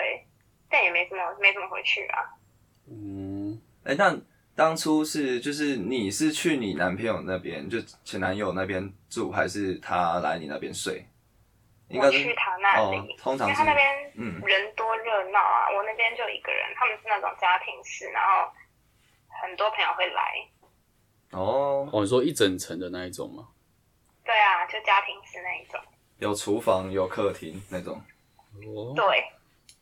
C: 但也没怎么没怎么回去啊。
A: 嗯，
B: 哎、那当初是就是你是去你男朋友那边，就前男友那边住，还是他来你那边睡？应
C: 我
B: 该是
C: 去他那
B: 哦
C: 里，
B: 通
C: 因
B: 常
C: 为
B: 是
C: 他那边
B: 嗯
C: 人多热闹啊，我那边就一个人，他们是那种家庭式，然后很多朋友会来，
B: 哦，
A: 哦，你说一整层的那一种吗？
C: 对啊，就家庭式那一种，
B: 有厨房有客厅那种。
A: 哦，
C: 对，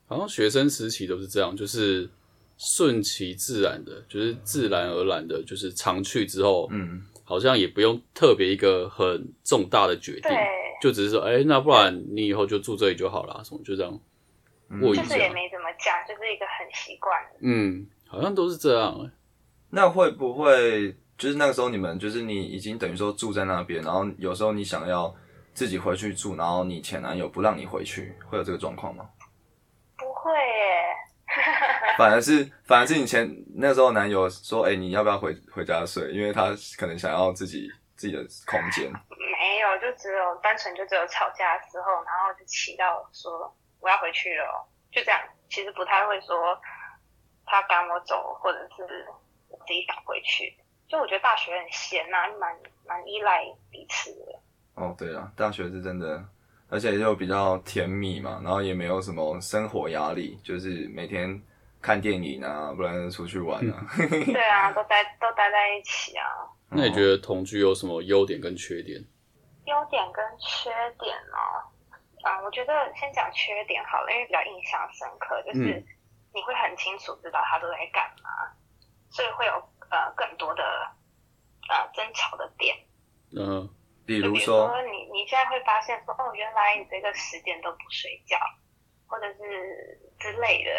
A: 好像学生时期都是这样，就是顺其自然的，就是自然而然的，就是常去之后，
B: 嗯，
A: 好像也不用特别一个很重大的决定
C: 对，
A: 就只是说，哎、那不然你以后就住这里就好啦，什么就这样
B: 嗯
A: 握一
C: 就是也
A: 下，
C: 没怎么讲，就是一个很习惯的。
A: 嗯，好像都是这样、欸
B: 那会不会就是那个时候你们就是你已经等于说住在那边，然后有时候你想要自己回去住，然后你前男友不让你回去，会有这个状况吗？
C: 不会耶，
B: 反而是反而是你前那时候男友说，哎、你要不要回回家睡？因为他 [LAUGHS] 可能想要自己自己的空间。
C: 没有，就只有单纯就只有吵架的时候，然后就祈祷说我要回去了哦，就这样。其实不太会说他赶我走，或者是我自己想回去。就我觉得大学很闲呐、蛮蛮依赖彼此
A: [LAUGHS]
C: 的。
B: 哦，对了，大学是真的，而且就比较甜蜜嘛，然后也没有什么生活压力，就是每天看电影啊，不然出去玩啊。 [LAUGHS]
C: 对啊，都待都待在一起啊。
A: 嗯那你
B: 哦
A: 觉得同居有什么优点跟缺点？
C: 优点跟缺点哦，嗯，我觉得先讲缺点好了，因为比较印象深刻，就是
A: 嗯
C: 你会很清楚知道他都在干嘛，所以会有呃更多的呃争吵的点。
A: 嗯、
B: 比
C: 就
B: 如
C: 比如
B: 说
C: 说你你现在会发现说，哦，原来你这个十点都不睡觉，或者是之类的，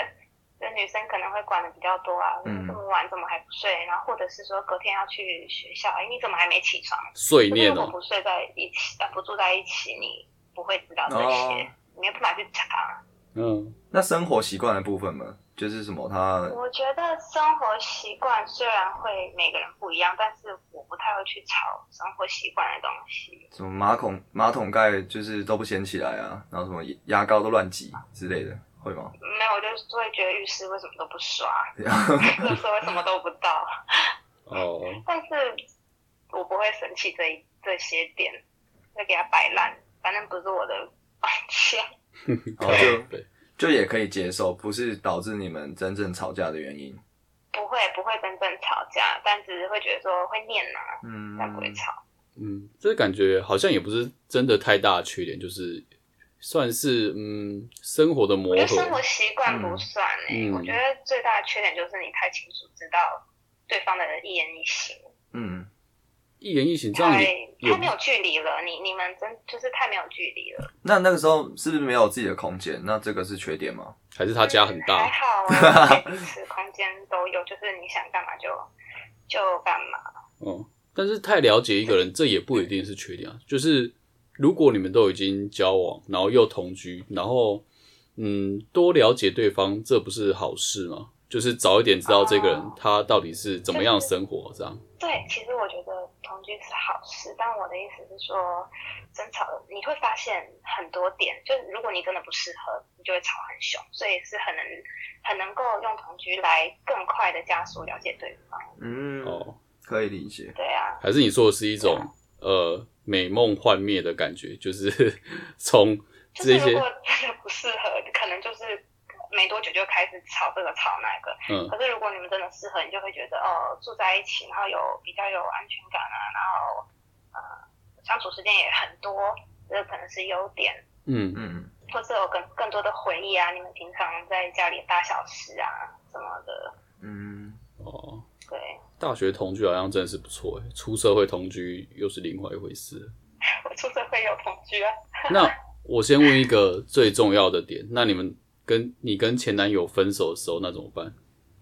C: 就女生可能会管的比较多啊，
B: 嗯
C: 这么晚怎么还不睡？然后或者是说隔天要去学校，哎，你怎么还没起床？
A: 碎
C: 就是
A: 念
C: 如果
A: 哦，
C: 不睡在一起，呃，不住在一起，你不会知道这些，
B: 哦
C: 你没办法去查。
A: 嗯
B: 那生活习惯的部分嘛，就是什么他
C: 我觉得生活习惯虽然会每个人不一样，但是我不太会去吵生活习惯的东西。
B: 什么马桶马桶盖就是都不掀起来啊，然后什么牙膏都乱挤之类的，会吗？ [LAUGHS]
C: 没有，我就是会觉得浴室为什么都不刷，厕所为什么都不到，
A: [LAUGHS] 哦，
C: 但是我不会生气这一这些点，会给他摆烂，反正不是我的关键。
B: 然后就
A: 对，
B: 就也可以接受，不是导致你们真正吵架的原因。
C: [LAUGHS] 不会不会真正吵架，但只是会觉得说会念啊，
B: 嗯，
C: 但不会吵。
A: 嗯，这感觉好像也不是真的太大的缺点，就是算是嗯生活的磨
C: 我觉得生活
A: 合，
C: 习惯不算哎、
A: 嗯嗯
C: 我觉得最大的缺点就是你太清楚知道对方的一言一行，
B: 嗯，
A: 一言一行这样
C: 太
A: 你有
C: 太没有距离了。你你们真就是太没有距离了。
B: 那那个时候是不是没有自己的空间？那这个是缺点吗？
A: 还是他家很
C: 还
A: 大，
C: 好啊，
A: [LAUGHS]
C: 我们彼此空间都有，就是你想干嘛就就干嘛。
A: 哦，但是太了解一个人，这也不一定是缺点啊。就是如果你们都已经交往，然后又同居，然后嗯，多了解对方，这不是好事吗？就是早一点知道这个人
C: 哦
A: 他到底是怎么样生活，这样。
C: 对，其实我觉得同居是好事，但我的意思是说，争吵你会发现很多点，就是如果你真的不适合，你就会吵很凶，所以是很能很能够用同居来更快的加速了解对方。
B: 嗯，
A: 哦，
B: 可以理解。
C: 对啊，
A: 还是你说的是一种呃美梦幻灭的感觉，就是 [LAUGHS] 从
C: 就是
A: 这
C: 如
A: 些
C: 果真的不适合，可能就是没多久就开始吵这个吵那个。
A: 嗯
C: 可是如果你们真的适合，你就会觉得哦，住在一起，然后有比较有安全感啊，然后呃相处时间也很多，这可能是优点。
A: 嗯
B: 嗯，
C: 或者有更更多的回忆啊，你们平常在家里的大小事啊什么的，
B: 嗯，
A: 哦，
C: 对
A: 大学同居好像真的是不错诶，出社会同居又是另外一回事了。
C: 我出社会有同居啊，
A: 那我先问一个最重要的点，那你们跟你跟前男友分手的时候，那怎么办？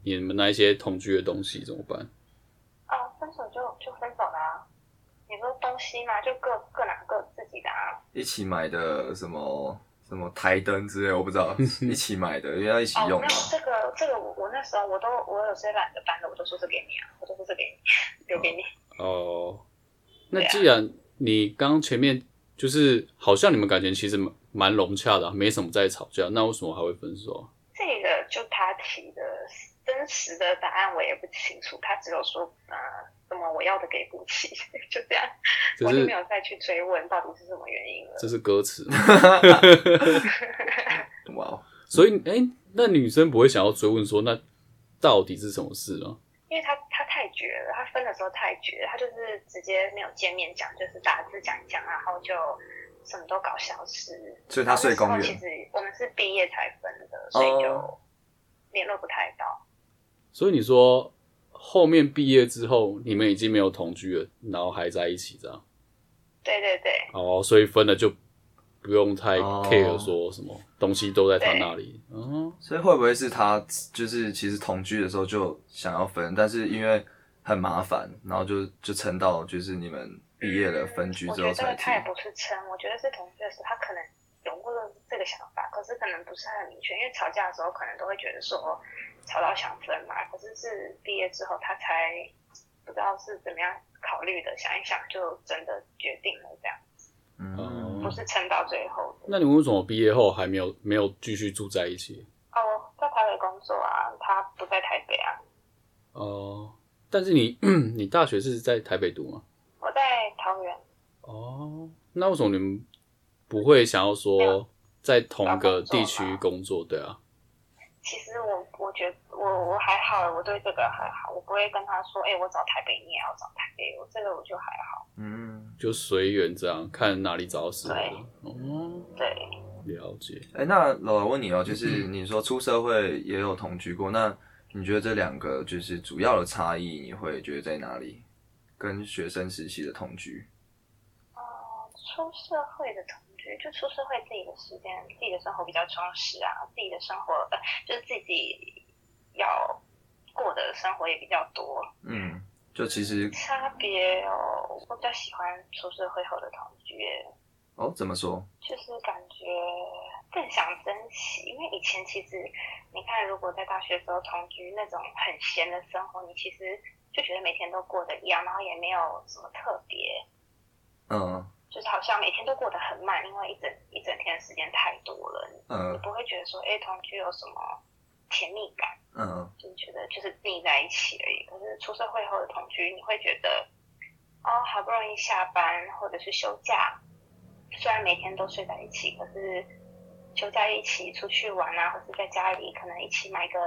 A: 你们那一些同居的东西怎么办？
C: 啊，分手就就分手啦、你说东西嘛，就各各拿各自己的啊，
B: 一起买的什么什么台灯之类，我不知道，一起买的，因为要一起
C: 哦，
B: 用
C: 那
B: 嘛。
C: 这个这个我我那时候我都我有些懒得搬的，我都说是给你啊，我都说是给你，留给你。
B: 嗯
A: 哦，那
C: 啊
A: 既然你刚刚前面就是好像你们感情其实蛮蛮融洽的啊、没什么在吵架，那为什么还会分手啊？
C: 这个就他提的真实的答案我也不清楚，他只有说呃什么我要的给不起， [LAUGHS] 就这样，
A: 这
C: 我就是没有再去追问到底是什么原因了。
A: 这是歌词吗，
B: 哇哦，
A: [LAUGHS] 所以哎、诶那女生不会想要追问说那到底是什么事吗？
C: 因为他他太绝了，他分的时候太绝了，他就是直接没有见面讲，就是打字讲一讲，然后就什么都搞消失。
B: 所以他睡公
C: 那时候其
B: 园。
C: 实我们是毕业才分的，所以就
B: 哦
C: 联络不太到。
A: 所以你说后面毕业之后你们已经没有同居了，然后还在一起这样
C: 对对对
A: 哦，所以分了就不用太
B: 哦
A: care 说什么东西都在他那里，嗯，
B: 所以会不会是他就是其实同居的时候就想要分，但是因为很麻烦，然后就就撑到就是你们毕业了分居之后
C: 我觉
B: 才
C: 得他也
B: 提。
C: 不是撑，我觉得是同居的时候，他可能有过这个想法，可是可能不是很明确，因为吵架的时候可能都会觉得说吵到想分嘛，可是是毕业之后他才不知道是怎么样考虑的，想一想就真的决定了这样，不
B: 嗯，
C: 是撑到最后的。
A: 那你们为什么毕业后还没有没有继续住在一起？
C: 哦，我在台北工作啊，他不在台北啊，
A: 哦、但是你 [CLEARS THROAT] 你大学是在台北读吗？
C: 我在桃园。
A: 哦，那为什么你们不会想要说在同个地
C: 找
A: 区
C: 工
A: 工作？对啊，
C: 其实我我觉得我我还好，我对这个还好，我不会跟他说，哎、我找台北，你也要找台北，我这个我就还好。
B: 嗯，
A: 就随缘这样，看哪里找到适合的。哦，
C: 对，
A: 了解。
B: 哎、那老老问你哦，就是你说出社会也有同居过，那你觉得这两个就是主要的差异，你会觉得在哪里？跟学生时期的同居，
C: 哦，出社会的同居，就出社会自己的时间，自己的生活比较充实啊，自己的生活呃，就是自己要过的生活也比较多。
B: 嗯，就其实
C: 差别哦，我比较喜欢出社会后的同居耶，
B: 哦，怎么说？
C: 就是感觉更想珍惜，因为以前其实你看，如果在大学的时候同居那种很闲的生活，你其实就觉得每天都过得一样，然后也没有什么特别，
B: 嗯
C: 就是好像每天都过得很慢，因为一整一整天的时间太多了，你
B: 嗯
C: 不会觉得说，哎，同居有什么甜蜜感，
B: 嗯
C: 就是觉得就是腻在一起而已。可是出社会后的同居，你会觉得，哦，好不容易下班或者是休假，虽然每天都睡在一起，可是休假一起出去玩啊，或是在家里可能一起买个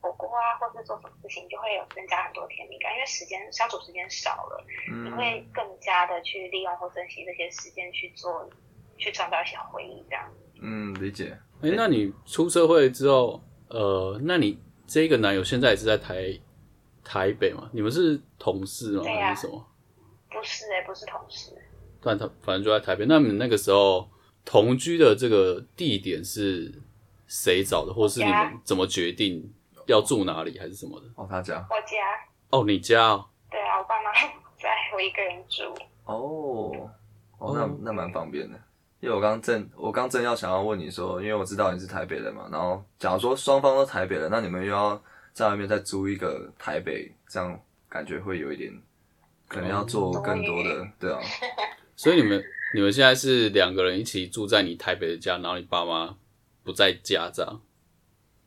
C: 火锅啊，或是做什么事情，就会有增加很多甜蜜感，因为时间相处时间少了。你
B: 嗯
C: 会更加的去利用或珍惜这些时间去做，去创造一些回忆，这样。
B: 嗯，理解。
A: 哎、那你出社会之后，呃，那你这个男友现在也是在台台北嘛？你们是同事吗？
C: 对啊
A: 还是什么？
C: 不是哎、不是同事，
A: 但他反正就在台北。那你们那个时候同居的这个地点是谁找的，或是你们怎么决定要住哪里，还是什么的？
B: 哦，他家
C: 我家
A: 哦，你家哦，
C: 对啊，我爸妈 [LAUGHS] 不在，我一个人住。
B: 哦，哦，那
A: 哦
B: 那蛮方便的。因为我刚正，我刚正要想要问你说，因为我知道你是台北人嘛，然后假如说双方都台北人，那你们又要在外面再租一个台北，这样感觉会有一点，可能要做更多的，对啊，
A: 所以你们你们现在是两个人一起住在你台北的家，然后你爸妈不在家，这样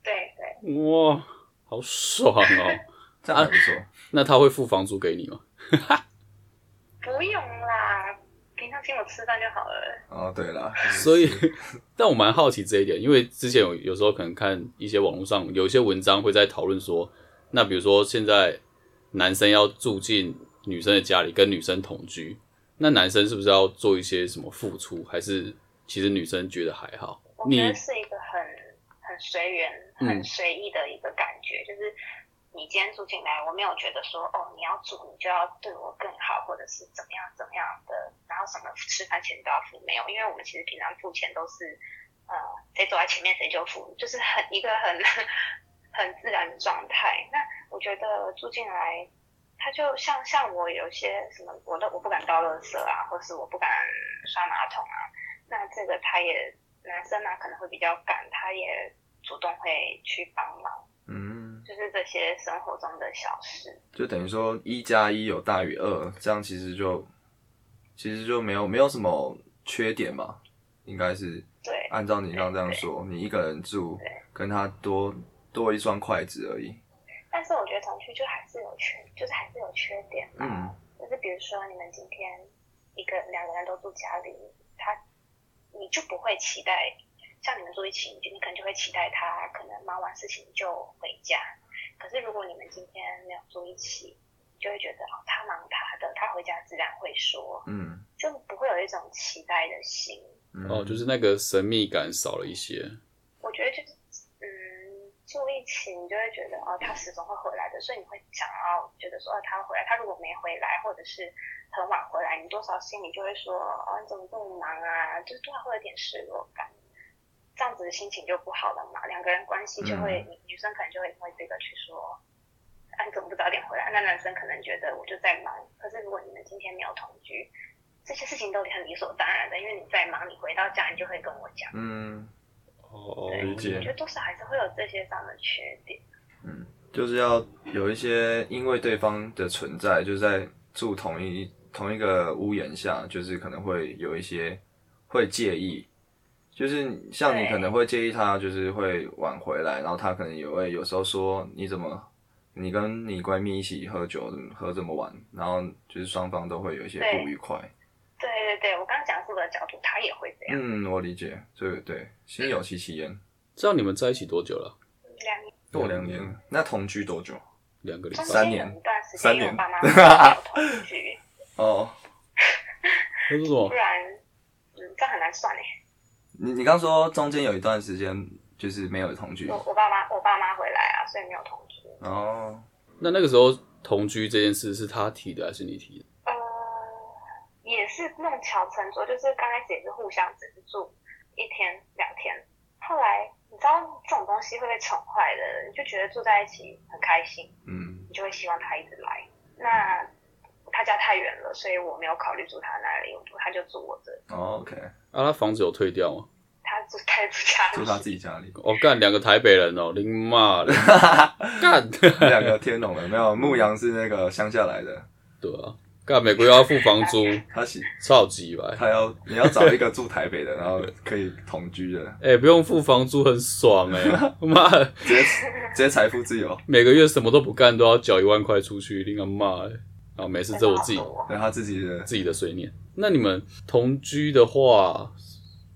C: 对对，
A: 哇，好爽哦！
B: 这样还不错。
A: 那他会付房租给你吗？
C: 不用啦，平常请我吃饭就好了。
B: 哦，对啦，
A: 所以， [LAUGHS] 但我蛮好奇这一点，因为之前有有时候可能看一些网络上有一些文章会在讨论说，那比如说现在男生要住进女生的家里跟女生同居，那男生是不是要做一些什么付出，还是其实女生觉得还好？
C: 我
A: 你
C: 觉得是一个很很随缘、
A: 嗯
C: 很随意的一个感觉，就是你今天住进来，我没有觉得说哦，你要住你就要对我更好，或者是怎么样怎么样的，然后什么吃饭钱都要付，没有，因为我们其实平常付钱都是呃谁走在前面谁就付，就是很一个很很自然的状态。那我觉得住进来。他就像像我有些什么，我都我不敢倒垃圾啊，或是我不敢刷马桶啊，那这个他也男生啊可能会比较赶，他也主动会去帮忙，
B: 嗯，
C: 就是这些生活中的小事。
B: 就等于说一加一有大于二，这样其实就其实就没有没有什么缺点吧，应该是
C: 对，
B: 按照你刚刚这样说，你一个人住
C: 对，
B: 跟他多多一双筷子而已。
C: 但是我觉得同居就还是有缺，就是还是有缺点嘛。
B: 嗯
C: 就是比如说你们今天一个两个人都住家里，他你就不会期待，像你们住一起，你就你可能就会期待他可能忙完事情就回家。可是如果你们今天没有住一起，你就会觉得哦，他忙他的，他回家自然会说，
B: 嗯，
C: 就不会有一种期待的心。
B: 嗯
A: 哦，就是那个神秘感少了一些。
C: 我觉得就是，嗯，住一起你就会觉得哦，他始终会回来的，所以你会想要觉得说，哦，他回来，他如果没回来，或者是很晚回来，你多少心里就会说，哦，你怎么这么忙啊？就是多少会有点失落感，这样子的心情就不好了嘛。两个人关系就会，女女生可能就会因为这个去说。啊，你怎么不早点回来？那男生可能觉得我就在忙。可是如果你们今天没有同居，这些事情都很理所当然的，因为你在忙，你回到家你就会跟我讲。
B: 嗯
A: 哦
B: 理解
C: 我觉得多少还是会有这些上的缺点。
B: 嗯，就是要有一些因为对方的存在，就是在住同一同一个屋檐下，就是可能会有一些会介意，就是像你
C: 对
B: 可能会介意他就是会晚回来，然后他可能也会有时候说你怎么。你跟你闺蜜一起喝酒，怎么喝这么晚？然后就是双方都会有一些
C: 对
B: 不愉快。
C: 对对对，我刚刚讲述的角度，他也会这样。
B: 嗯，我理解，这个对，心有戚戚焉。
A: 这样你们在一起多久了？
C: 两年
B: 过两年，那同居多久？
A: 两个礼
C: 中
A: 拜。
B: 三
C: 间
B: 年
C: 有一段时
B: 三
C: 间，
B: 年
C: 因为我爸
B: [LAUGHS]
C: 妈没有同居，
B: 哦，
A: 那是什么
C: 不？然嗯，这样很难算哎。
B: 你你刚说中间有一段时间就是没有同居，
C: 我我爸妈我爸妈回来啊，所以没有同居。
B: 然后
A: 那那个时候同居这件事是他提的还是你提的？
C: 呃，也是弄巧成拙，就是刚开始也是互相只是住一天两天，后来你知道这种东西会被宠坏的，你就觉得住在一起很开心，
B: 嗯，
C: 你就会希望他一直来。那他家太远了，所以我没有考虑住他那里，我住他就住我这里，
B: 哦，OK，
A: 啊，他房子有退掉吗？，
C: 他住 [LAUGHS] 他住家里，
B: 住他自己家里
A: 哦，干两个台北人哦，林妈嘞，干， [LAUGHS]
B: 两个天龙人没有，牧羊是那个乡下来的，
A: 对啊，干每个月要付房租，
B: 他喜
A: 超级白。
B: 他要你要找一个住台北的，然后可以同居的，
A: 哎、不用付房租很爽哎、 [LAUGHS] 妈的，
B: 直接直接财富自由，
A: 每个月什么都不干都要缴一万块出去，令他骂哎。啊，没事，
C: 真
A: 这
C: 的
A: 我
C: 好
A: 自己
C: 多
B: 对他自己的
A: 自己的碎念。那你们同居的话，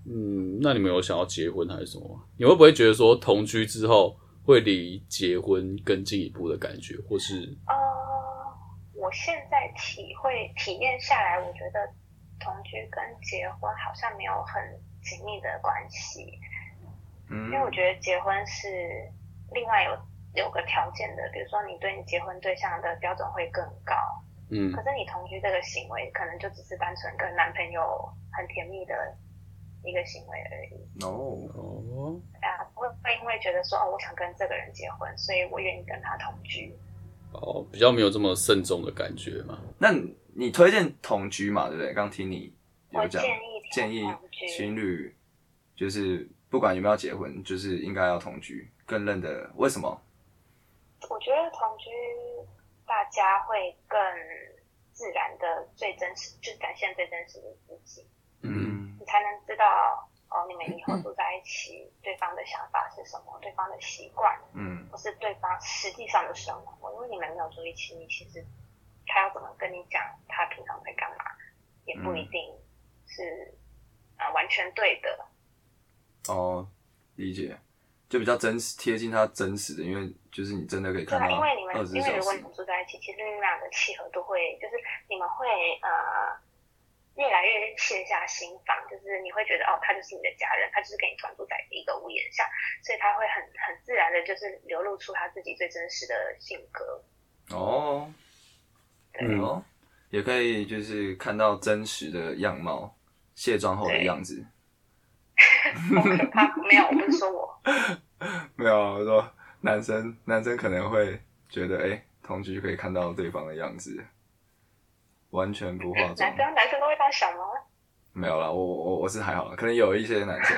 A: 嗯，那你们有想要结婚还是什么吗？你会不会觉得说同居之后会离结婚更进一步的感觉，或是
C: 呃，我现在体会体验下来，我觉得同居跟结婚好像没有很紧密的关系，
B: 嗯
C: 因为我觉得结婚是另外有有个条件的，比如说你对你结婚对象的标准会更高，
A: 嗯
C: 可是你同居这个行为可能就只是单纯跟男朋友很甜蜜的一个行为而已。
B: 哦，
A: 哦，
C: 啊，不会因为觉得说哦，我想跟这个人结婚，所以我愿意跟他同居。
A: 哦，比较没有这么慎重的感觉嘛？
B: 那你你推荐同居嘛，对不对？刚听你有
C: 我
B: 讲
C: 建议
B: 建议
C: 同居
B: 情侣就是不管有没有结婚，就是应该要同居，更认得为什么？
C: 我觉得同居大家会更自然的最真实，就是展现最真实的自己，
A: 嗯，
B: 嗯
C: 你才能知道哦，你们以后住在一起，对方的想法是什么，对方的习惯，
B: 嗯
C: 或是对方实际上的生活。因为你们没有住一起，你其实他要怎么跟你讲他平常在干嘛，也不一定是啊、呃完全对的。
B: 哦，理解，就比较真实贴近他真实的，因为就是你真的可以
C: 对
B: 看
C: 啊，因
B: 到
C: 为你们
B: 二十四
C: 因为
B: 小
C: 如果
B: 时
C: 你们，住在一起，其实你们俩的契合度会，就是你们会呃越来越卸下心防，就是你会觉得哦，他就是你的家人，他就是跟你同住在一个屋檐下，所以他会很很自然的，就是流露出他自己最真实的性格。
B: 哦，
A: 嗯
B: 哦，也可以就是看到真实的样貌，卸妆后的样子。
C: 好可怕！没有，我不是说我，
B: [LAUGHS] 没有，啊我说男生男生可能会觉得，哎、同居可以看到对方的样子，完全不化妆
C: 男。生男生都会当小猫，
B: 没有啦，我我我是还好啦，可能有一些男
C: [LAUGHS]
B: 生，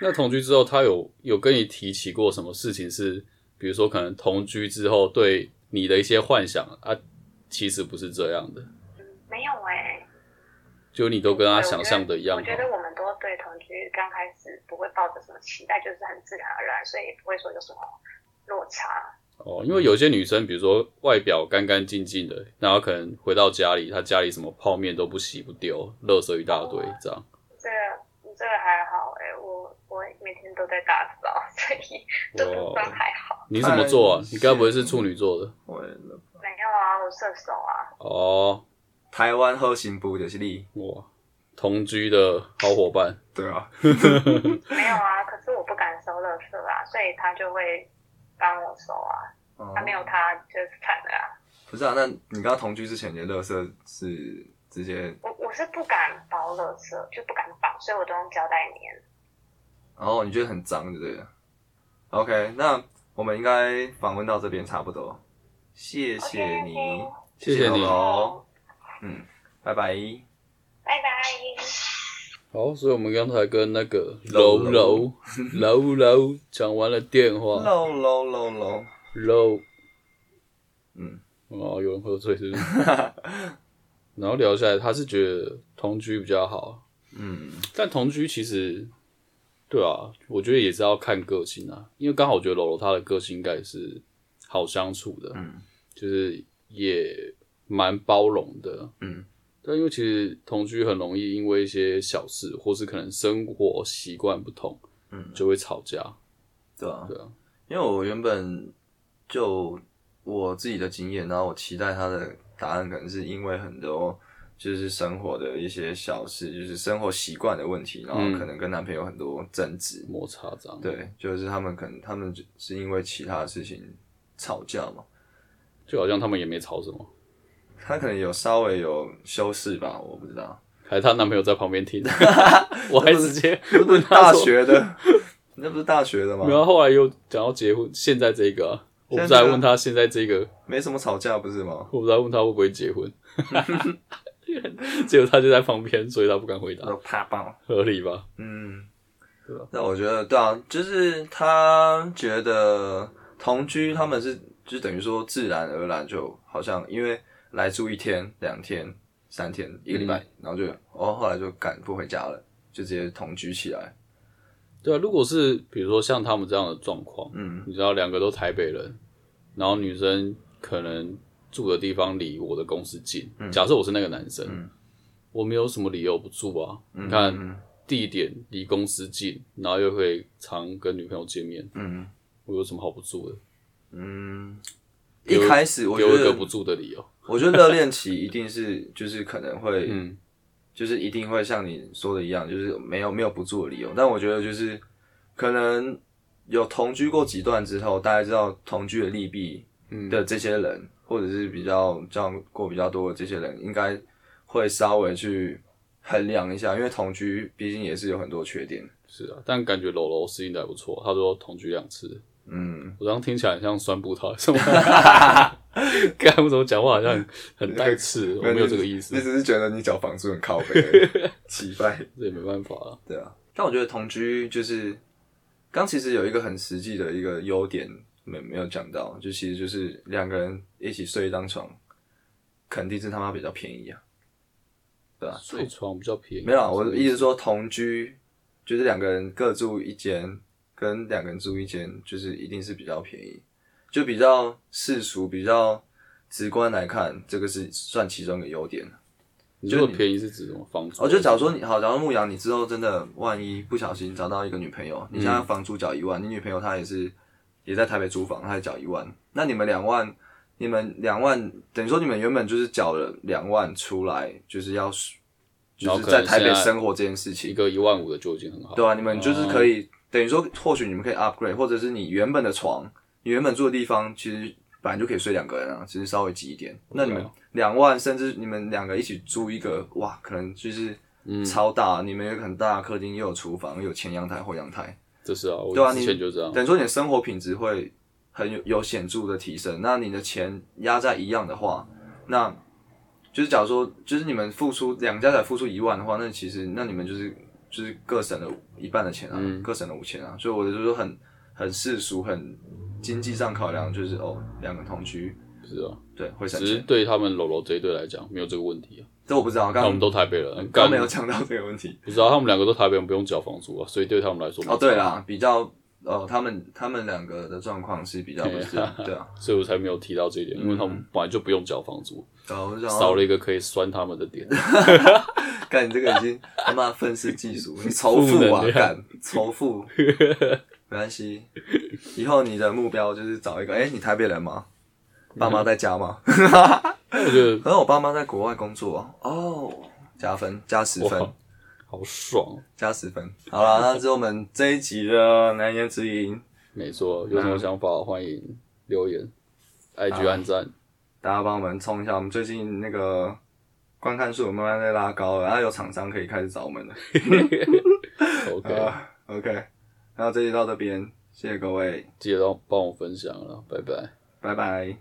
A: 那同居之后，他有有跟你提起过什么事情是，比如说可能同居之后对你的一些幻想啊，其实不是这样的，
C: 嗯没有哎、
A: 就你都跟他
C: 对
A: 想象的一样
C: 我
A: 吗
C: 觉得。我觉得我们都对同居刚开始不会抱着什么期待，就是很自然而然，所以也不会说有什么落差。
A: 哦，因为有些女生，比如说外表干干净净的，然后可能回到家里，她家里什么泡面都不洗不丢，垃圾一大堆这样。
C: 这个这个还好哎、我我每天都在打扫， [LAUGHS] 所以这部分还好。
A: 你怎么做啊
B: 哎？
A: 你该不会是处女座的？
B: 为了
C: 没有啊，我射手啊，
A: 哦，
B: 台湾喝行不的是力，
A: 哇，同居的好伙伴，
B: 对啊，
C: 没有啊，可是我不敢收垃圾啊，所以他就会帮我收啊，
B: 哦
C: 他没有他就是惨了啊。
B: 不是啊，那你跟他同居之前，你的乐色是直接，
C: 我我是不敢包垃圾，就不敢绑，所以我都用胶带粘。
B: 然后你觉得很脏，对不对了？OK，那我们应该访问到这边差不多，谢谢你
C: OK，OK
A: 谢谢你
B: 哦，嗯，拜拜。
C: 拜拜。
A: 好，所以我们刚才跟那个
B: 柔
A: 柔柔柔柔讲完了电话，
B: 喽喽喽喽，
A: [LAUGHS] 柔，
B: 嗯，
A: 哦，有人喝醉 [LAUGHS] 是不是？然后聊下来，他是觉得同居比较好，
B: 嗯，
A: 但同居其实，对啊，我觉得也是要看个性啊，因为刚好我觉得柔柔她的个性应该也是好相处的，
B: 嗯，
A: 就是也蛮包容的，
B: 嗯，
A: 但因为其实同居很容易因为一些小事，或是可能生活习惯不同，
B: 嗯
A: 就会吵架，
B: 对啊，
A: 对啊，
B: 因为我原本就我自己的经验，然后我期待他的答案可能是因为很多就是生活的一些小事，就是生活习惯的问题，然
A: 嗯
B: 后可能跟男朋友很多争执。
A: 摩擦这样。，
B: 对，就是他们可能他们是因为其他的事情吵架嘛，
A: 就好像他们也没吵什么，
B: 他可能有稍微有修饰吧，我不知道。
A: 还是她男朋友在旁边听，我还直接
B: 那不是大学的， [LAUGHS] 那不是大学的吗
A: 没？有，后来又讲到结婚，现在这个啊、我不是在问他现在这个，
B: 没什么吵架不是吗？
A: 我不是在问他会不会结婚，结果他就在旁边，所以他不敢回答，
B: 都啪爆。
A: 合理吧？
B: 嗯，
A: 对吧
B: 那我觉得对啊，就是他觉得同居他们是就等于说自然而然就好像因为来住一天、两天、三天、一个礼拜，然后就哦后来就赶不回家了，就直接同居起来。
A: 对啊，如果是比如说像他们这样的状况，
B: 嗯
A: 你知道两个都台北人，然后女生可能住的地方离我的公司近，假设我是那个男生，
B: 嗯
A: 我没有什么理由不住啊，
B: 嗯
A: 你看。
B: 嗯
A: 地点离公司近，然后又可以常跟女朋友见面，
B: 嗯
A: 我有什么好不住的？
B: 嗯，一
A: 有
B: 开始我觉
A: 有一个不
B: 得，
A: 住的理由。
B: 我觉得热恋期一定是就是可能会
A: 嗯，
B: [LAUGHS] 就是一定会像你说的一样，就是没有没有不住的理由。但我觉得就是可能有同居过几段之后，大家知道同居的利弊
A: 嗯
B: 的这些人，或者是比较这样过比较多的这些人，应该会稍微去衡量一下，因为同居毕竟也是有很多缺点。
A: 是啊，但感觉楼楼适应的还不错。他说同居两次，
B: 嗯，
A: 我这样听起来很像酸葡萄什么？干我怎么讲 [LAUGHS] 话好像很很带刺？我没有这个意思
B: 你，只是觉得你缴房租很靠背而已， [LAUGHS] 奇怪。
A: 这也没办法了。
B: 对啊，但我觉得同居就是刚其实有一个很实际的一个优点没没有讲到，就其实就是两个人一起睡一张床，肯定是他妈比较便宜啊。对啊，
A: 睡床比较便宜，
B: 没有啦，我的意思说同居就是两个人各住一间，跟两个人住一间，就是一定是比较便宜，就比较世俗、比较直观来看，这个是算其中一个优点。
A: 你说的便宜是指什么房租？
B: 哦，就假如说你好，假如牧羊，你之后真的万一不小心找到一个女朋友，你现在
A: 嗯
B: 房租缴一万，你女朋友她也是也在台北租房，她也缴一万，那你们两万，你们两万，等于说你们原本就是缴了两万出来，就是要
A: 然
B: 就
A: 后
B: 是
A: 可能
B: 在台北
A: 现在
B: 生活这件事
A: 一
B: 情，
A: 个一万五的就已经很好。
B: 对啊，你们就是可
A: 嗯
B: 以、等于说，或许你们可以 upgrade，或者是你原本的床，你原本住的地方，其实本来就可以睡两个人啊，只是稍微挤一点。那你们
A: 对啊
B: 两万，甚至你们两个一起租一个，哇，可能就是
A: 嗯
B: 超大，你们有一个很大的客厅，又有厨房，又有前阳台、后阳台，
A: 这是啊，我
B: 对啊你
A: 之前就这样。
B: 等于说你的生活品质会很有有显著的提升。那你的钱压在一样的话，那就是假如说，就是你们付出两家才付出一万的话，那其实那你们就是就是各省了一半的钱啊，
A: 嗯
B: 各省了五千啊。所以我就是说很很世俗、很经济上考量，就是哦，两个同居，
A: 是啊，
B: 对，会省
A: 只是
B: 钱。
A: 对他们楼楼这一对来讲没有这个问题啊。
B: 这我不知道，刚
A: 那我
B: 刚
A: 们都台北人，
B: 刚
A: 干
B: 啊没有讲到这个问题。
A: 不知道他们两个都台北人，不用缴房租啊，所以对他们来说
B: 哦，对，啦，比较哦，他们他们两个的状况是比较
A: [LAUGHS]
B: 不是，对啊，
A: 所以我才没有提到这一点，因为他
B: 嗯
A: 们本来就不用缴房租，
B: 对啊，我就想
A: 少了一个可以酸他们的
B: [LAUGHS]
A: 点。
B: 干，你这个已经他妈愤世嫉俗，你仇富啊
A: 负能！量
B: 干，仇富，没关系。以后你的目标就是找一个，哎、你台北人吗？爸妈在家吗？
A: 我觉得
B: 可能我爸妈在国外工作啊。哦，加分，加十分
A: 哇，好爽，
B: 加十分。好啦，那这是我们这一集的难言之隐，
A: 没
B: 嗯
A: 错。有什么想法欢迎留言，IG
B: 啊
A: 按赞，
B: 大家帮我们冲一下，我们最近那个观看数有慢慢在拉高了，然后有厂商可以开始找我们了。
A: OK，
B: 啊、o k 那这集到这边，谢谢各位，
A: 记得帮我分享了，拜拜。
B: 拜拜。